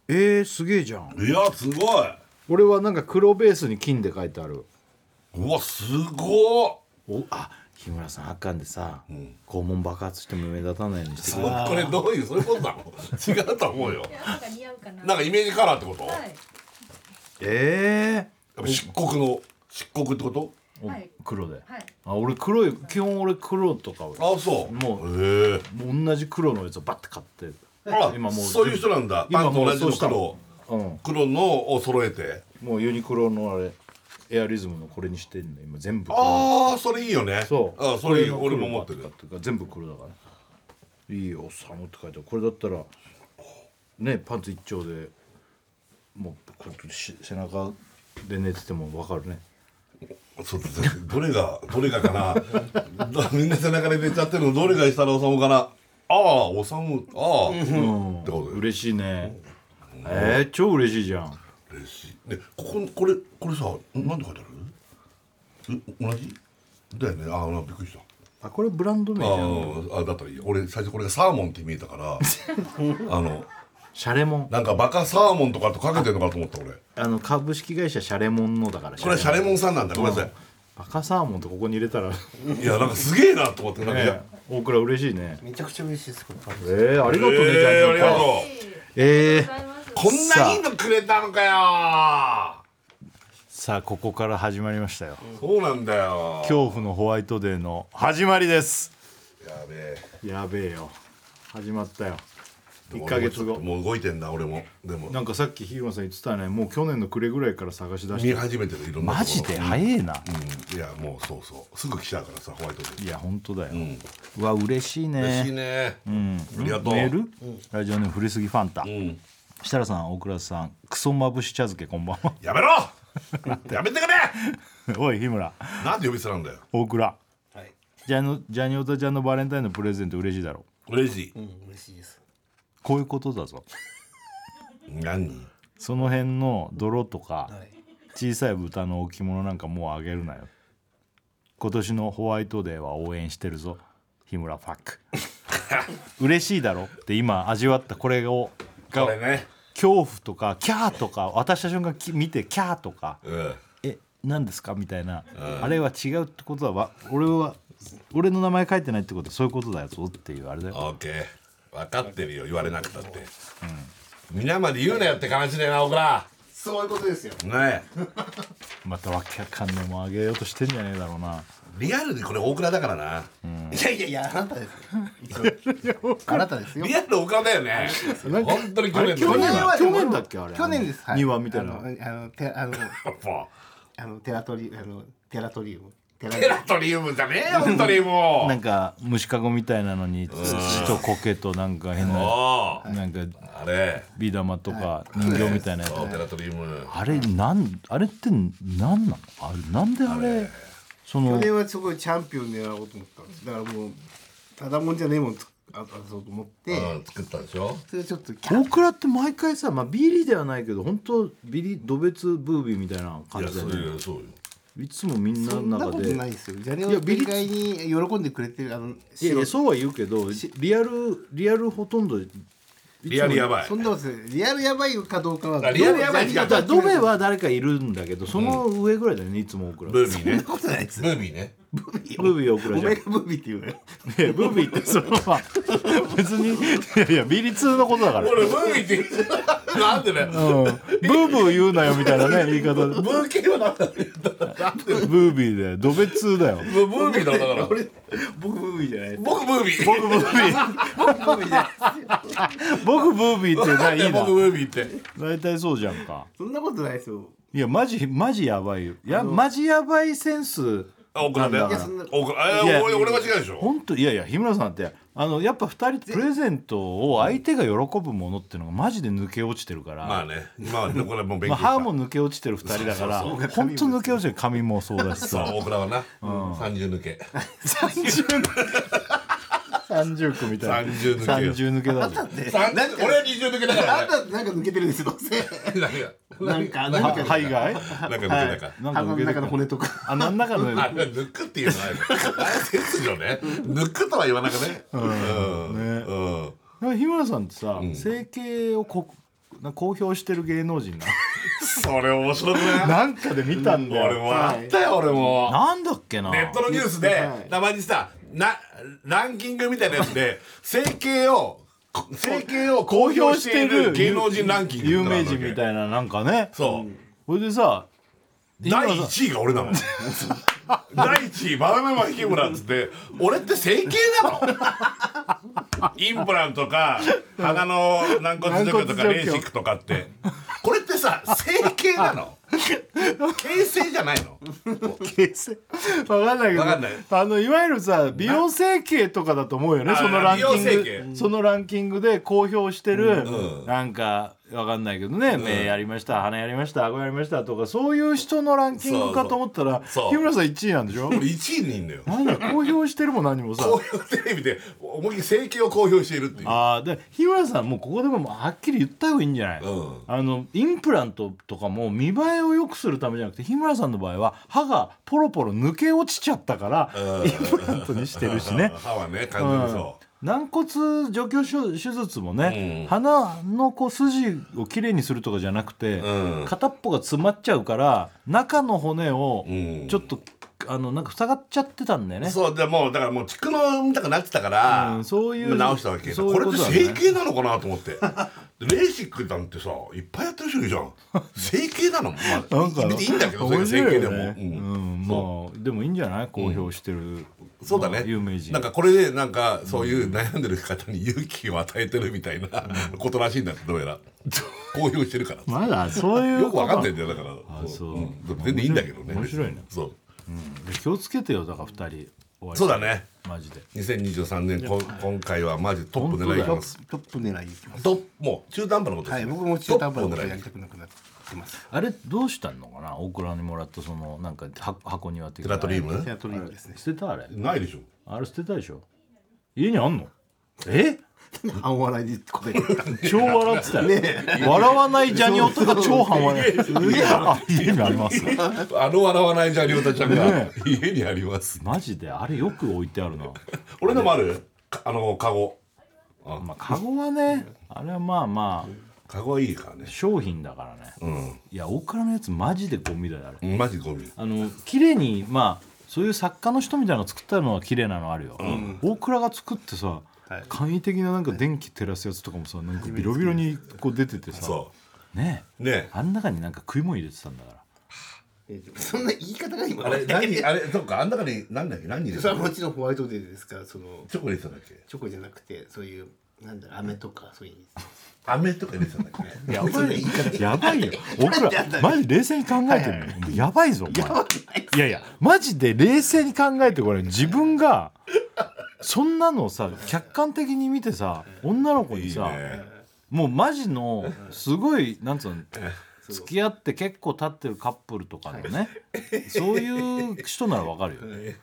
えー、すげえじゃんいや、すごい。俺はなんか黒ベースに金で書いてあるうわ、すごっ。おあ日村さんあかんでさ、肛門爆発しても目立たないようにしてすくごれいこれ、どういう、そういうことなの。違うと思うよい。や、なんか似合うかな。なんかイメージカラーってこと。はやっい、えぱ漆黒の。漆黒ってこと。ー、おはい黒で、はい、あ俺黒い基本俺黒とかあ、そう。もうう。へえ。もう同じ黒のやつをバッて買ってあ、今もうそういう人なんだ。パ今ンともう同じそうのした黒。うん黒のを揃えて。もうユニクロのあれエアリズムのこれにしてんの今全部ああそれいいよねそうあーそれいいこ俺の黒も持ってバるッ買から全部黒だからいいよ「サム」って書いてあるこれだったらねパンツ一丁でもうこうやってし背中で寝てても分かるねそうだねどれがどれがかなどみんな背中で寝ちゃってるのどれが設楽治かなああ治ああーってことで嬉しいねえー、超嬉しいじゃん嬉しいねこここれこれさなんて書いてあるえ同じだよねああびっくりしたあこれブランド名あじゃんーあだったらいいよ俺最初これがサーモンって見えたから あのシャレモンなんかバカサーモンとかとかけてるのかと思った俺あの株式会社シャレモンのだからこれはシャレモンさんなんだごめんなさバカサーモンとここに入れたら、ねいいやなんかすげえなと思ってなんかいや大倉嬉しいねめちゃくちゃ嬉しいですこれパンツえー、ありがとうね、えージャンジャンありがとうありがとうえごーざいます。こんないいのくれたのかよさあここから始まりましたよそうなんだよ恐怖のホワイトデーの始まりですやべえやべえよ始まったよでも1ヶ月後もう動いてんだ俺もでもなんかさっき日村さん言ってたねもう去年の暮れぐらいから探し出して見始めてるいろんなところマジで早えな、うんいやもうそうそうすぐ来ちゃうからさホワイトデーいや本当だよ、うんわ嬉しいね嬉しいねうんありがとうメール、ラジオネーム振りすぎファンタ、うん設楽さん大倉さんクソまぶし茶漬けこんばんは やめろやめてくれおい日村なんで呼び捨てなんだよ大倉はいジャニジャニオタちゃんのバレンタインのプレゼント嬉しいだろ嬉しいうん嬉しいですこういうことだぞ何その辺の泥とかはい小さい豚の置物なんかもうあげるなよ今年のホワイトデーは応援してるぞ日村ファッ ク嬉しいだろって今味わったこれをがこれね恐怖とかキャーとか渡した瞬間き見てキャーとかうんえ何ですかみたいな、あれは違うってことはわ俺は俺の名前書いてないってことはそういうことだよっていうあれだよオッケー分かってるよ言われなくたって皆まで言うなよって感じだよな小倉そういうことですよ。ねえまたわけわかんないもんあげようとしてんじゃねえだろうなリアルでこれ大倉だからな、いやいやいやあなたです よあなたですよリアル大倉だよね本当に去年去年のは去年だっけあれ去年です2話みたいなあのあのてあのあのテラトリあのテラトリウムテラテラトリウムじゃねえよ本当にもなんか虫かごみたいなのに土と苔となんか変うなおうなんかあれビー玉とか人形みたいなやつそうテラトリウムあれなんあれってなんなのあれなんであれそ去の年はすごいチャンピオン狙おうと思ったんですだからもうただもんじゃねえもんつああそう持っうて、ん、作ったんですよそれちょっとキャッ大倉って毎回さ、まあ、ビリではないけど本当ビリドベツブービーみたいない感やじだそようねよそうよいつもみんなそのんなこ中とでないですよ。ジャレいやオビリ意外に喜んでくれてるあのいやいやそうは言うけどリアルリアルほとんどリアルやばいそんなことですリアルやばいかどうかはあリアルやばいだからドベは誰かいるんだけどその上ぐらいだよねいつも大倉ブービーねそんなことないですブービーねブービー大倉おじゃん前がブービーって言うのよ。いやブービーってそのまあ別にいやいやビリ通のことだから俺ブービーって言ってた なんでねうん、ブーブー言うなよみたいなね言い方でブー系はなんだって言ったらなんでブービーでドベツだよブーブービーだろだから俺僕ブービーじゃないです。僕ブービー僕ブービー僕ブービーじゃないです。僕ブービーってないいな僕ブービーって大体そうじゃんかそんなことないですよ。いやマジマジやばいよいやマジやばいセンスあ奥田ねなんいだやかそんな奥田いえや俺俺間違いでしょ本当いやいや日村さんってあのやっぱ2人プレゼントを相手が喜ぶものっていうのがマジで抜け落ちてるから、まあね今はねこれもう勉ま強あ、した歯も抜け落ちてる2人だからそうそう本当抜け落ちてる髪もそうだしそうさ大倉はな三十抜け30区みたいな30抜けよ30抜けだぞ三十俺は二十抜けだかあらなたなんか抜けてるんですよ。どうせ ななんんかはか何か肺がいなんか抜けたかなんか鼻抜のけて中るの骨とか。あの中のあれ抜くっていうのはあれですよね抜くとは言わなくねうんうんね日村さんってさ、整形をこな公表してる芸能人なそれ面白く ないなんかで見たんだ俺よもあったよ俺もなんだっけなネットのニュースではいたまにさなランキングみたいなやつで整形をこ整形を公表している芸能人ランキング有名人みいなたいななんかねそうそれでさ第1位が俺なの第1位バナナマン日村っつって俺って整形なのインプラントか鼻の軟骨除去とか軟骨除去レーシックとかってこれってさ整形なの形成じゃないの分かんないけどわかんないあのいわゆるさ美容整形とかだと思うよねあそのランキン美容整グそのランキングで公表してる、なんか分かんないけどね、目やりました鼻やりました顎やりましたとかそういう人のランキングかと思ったらそうそう日村さん1位なんでしょ俺1位にいんだよなんだ公表してるも何もさこういうテレビで思いっきり整形を公表しているっていうああで日村さんもうここでもはっきり言った方がいいんじゃない、うんあのインプラントとかも見栄えを良くするためじゃなくて日村さんの場合は歯がポロポロ抜け落ちちゃったから、インプラントにしてるしね歯はね完全にそ軟骨除去手手術もね、鼻のこう筋をきれいにするとかじゃなくて、うん片っぽが詰まっちゃうから中の骨をんちょっと、あのなんか塞がっちゃってたんだようね。そうでもうだからもう蓄能みたくなってたから、うんそういう直したわけそういこうれっこてとだね整形なのかなと思ってレーシックなんてさいっぱいやってる人いるじゃん整形なの、まあ、なんかいいいんだけどそれ面が整白形いでよも、ね。うんうん、まあでもいいんじゃない公表してる。そうだね、まあ有名人。なんかこれでなんかそういう悩んでる方に勇気を与えてるみたいなことらしいんだってどうやら公表してるからまだそういうよくこわかんないとんだよだからあそうんでも全然いいんだけどね面白いねそう気をつけてよだから二人終わり。そうだ。ねマジで。 2023年こん今回はマジトップ狙いトきますップトップ狙い行きます。トップもう中途半端なことではすい、ね僕も中途半端なトッこプとを狙いやりたくなくなってます。あれどうしたのかな？オクラにもらったそのなんか箱箱庭的テな。ラトリウムテアトリウムですね。捨てたあれ。ないでしょあれ捨てたでしょ。家にあんの？え？半笑いで答えてた。超笑ってたよ。笑わないジャニオタが超半笑い。あ家にあります。あの笑わないじゃんりょうたちゃんがね家にありますマジであれよく置いてあるな。俺のもあるかあのカゴまあカゴはね、あれはまあまあカゴはいいからね商品だからね。ういやオクラのやつマジでゴミだよあれんマジゴミあの綺麗にまあそういう作家の人みたいなのが作ったのは綺麗なのあるよ、大倉が作ってさ、はい簡易的ななんか電気照らすやつとかもさなんかビロビロにこう出ててさそねうねえあん中になんか食い物入れてたんだからそんな言い方が今。あれ何あれそっかあん中に何だっけ何に入れそたれはもちろんホワイトデーですから、そのチョコ入れてたんだっけチョコじゃなくて、そういうなんだろう飴とかそういう。飴とか入れてたんだっけ やばいやばい よ僕らマジ冷静に考えてるのよやばいぞお前いやいやマジで冷静に考えてこれ自分がそんなのをさ客観的に見てさ女の子にさもうマジのすごいなんつうの付き合って結構経ってるカップルとかのねそういう人ならわかるよ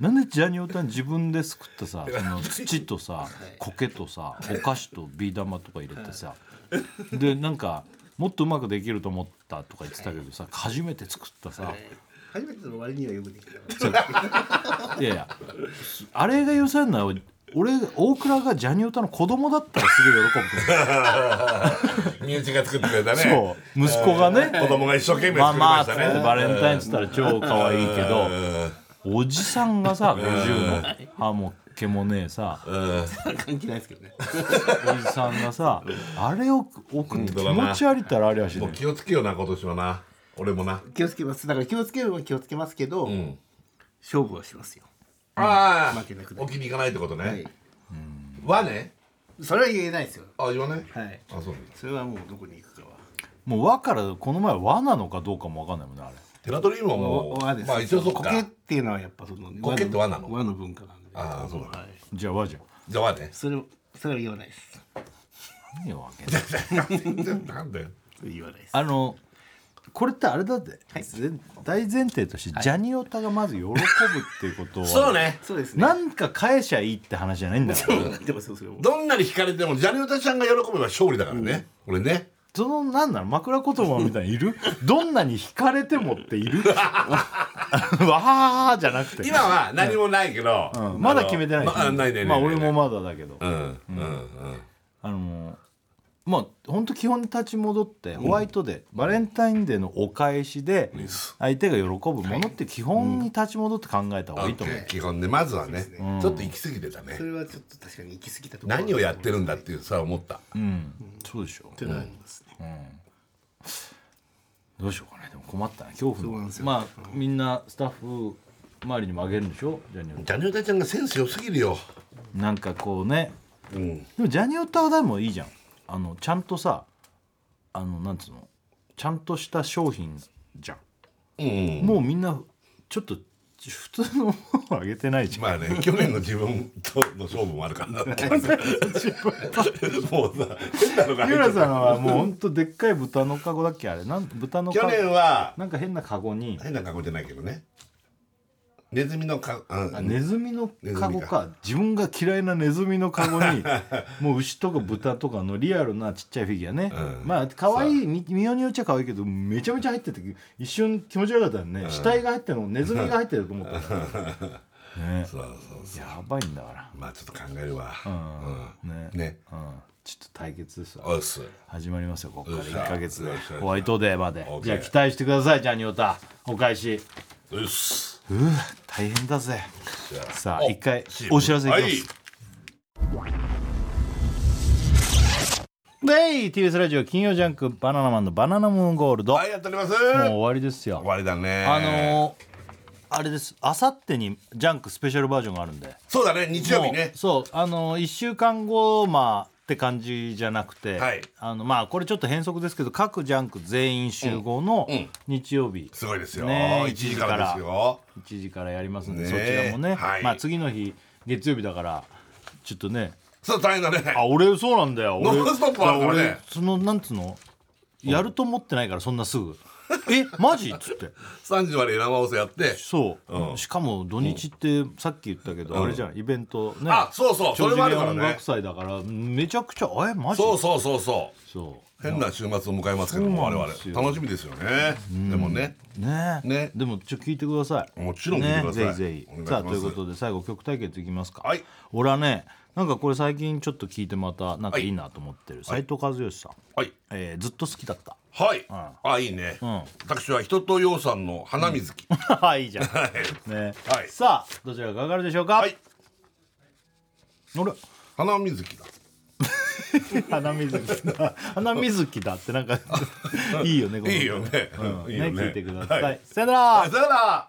なんでジャニオタン自分で作ったさその土とさ苔とさお菓子とビー玉とか入れてさでなんかもっとうまくできると思ったとか言ってたけどさ初めて作ったさ初めての割にはよくできたいやいやあれが許されるのは俺大倉がジャニオタの子供だったらすげえ 身内が作ってくれたね喜ぶそう息子がね子供が一生懸命まあ作りまましね、あつったてバレンタインっつったら超可愛いけどおじさんがさ50の歯も毛もねえさ関係ないですけどねおじさんがさあれを送って気持ち悪いったらあれやしもねう気をつけような今年はな俺もな、気をつけますだから気をつけるは気をつけますけど、うん、勝負はしますよああ負けなくね置きに行かないってことね、はいはねそれは言えないですよあ言わない、はいあそうそれはもうどこに行くかはもう和からこの前和なのかどうかも分かんないもんねあれテラトリウムはおもう輪ですまあ一応そっか苔っていうのはやっぱその苔って輪なの和の文化なんであーそうなんだはい、じゃあ和じゃんじゃあ和 ねそれをそれは言わないです何よわけないなんだよそれ言わないですあのこれってあれだって、ぜ大前提としてジャニオタがまず喜ぶっていうことは、ねそうですねなんか返しゃいいって話じゃないんだからでもそうそれもどんなに惹かれてもジャニオタちゃんが喜べば勝利だからね、これねそのなんなの枕言葉みたいにいる どんなに惹かれてもっているわーじゃなくて今は何もないけど、うんまだ決めてないまあないねまあ俺もまだだけど、うんうんうんあのーまあ本当基本に立ち戻ってホワイトデー、バレンタインデーのお返しで相手が喜ぶものって基本に立ち戻って考えた方がいいと思う、 OK 基本でまずはね、ちょっと行き過ぎてたねそれはちょっと確かに行き過ぎたところ何をやってるんだっていうさ思ったそうでしょっていうのはありますね、どうしようかねでも困ったな恐そう怖なんのですよまあみんなスタッフ周りにもあげるんでしょジャニオジャニオタちゃんがセンス良すぎるよタなんかこうねうんでもジャニオタはでもいいじゃんあのちゃんとさあのなんつうのちゃんとした商品じゃん、うんもうみんなちょっと普通のものをあげてないじゃん まあね去年の自分との勝負もあるからな もうさ変なのが入っ日ちゃ村っさたんはもうほんとでっかい豚のカゴだっけあれなん豚のカ去ゴ年はなんか変なカゴに変な格好じゃないけどねネズミのかああネズミのネズミカかゴか自分が嫌いなネズミのカ ゴにもう牛とか豚とかのリアルなちっちゃいフィギュアね、うんまあ可愛いみ見ようによっちゃ可愛いけどめちゃめちゃ入ってて一瞬気持ち悪かったよね、死体が入ってるのネズミが入ってると 思ったよねねそうそうそやばいんだかうまあちょっと考えるわら、ねうんねうん、ちょっと対決ですわおっす始まりますよここからよっしゃ1ヶ月でよっしゃホワイトデーまでオッケーじゃあ期待してくださいジャニオタお返しうっすうわ大変だぜじゃあさあお一回 CM お知らせいきます、はいでい TBS ラジオ金曜ジャンク「バナナマンのバナナムーンゴールド」ありがとうございもうます終わりですよ終わりだねあのーあれですあさってにジャンクスペシャルバージョンがあるんでそうだね日曜日ねもうそうあの1週間後まあって感じじゃなくて、はいあのまあこれちょっと変則ですけど各ジャンク全員集合のん日曜日、すごいですよねえ1時からですよ1時からやりますんで、ねそちらもね、はいまあ次の日月曜日だからちょっとねそう大変だねあ俺そうなんだよ俺ノンストップあるからね俺そのなんつうのやると思ってないからそんな すぐ「えマジ?」っつって3時まで生放送やってそう、うんしかも土日ってさっき言ったけど、あれじゃんイベントねあそうそうそ超れも次あるか元ら音ね楽祭だからめちゃくちゃえマジそうそうそうそうそ変な週末を迎えますけどもそ我うなん々ですよ楽しみですよねでもねうねえねでもちょっと聞いてくださいもちろん聞いてくださいね、ぜひお願ぜいしまひすさあということで最後曲対決いきますかはい俺はねなんかこれ最近ちょっと聞いてまたなんかいいなと思ってる斎、藤和義さん、はいえーずっと好き だったはいあいいね私は人と洋さんの花水木 はいいいじゃん、ねはいさあどちらがかかるでしょうか、はいあれ花水木だ花水木だ花水木だってなんか いいよねこのいいよねういんねいよね聞いてください、はいさよならあさよなら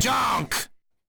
Junk!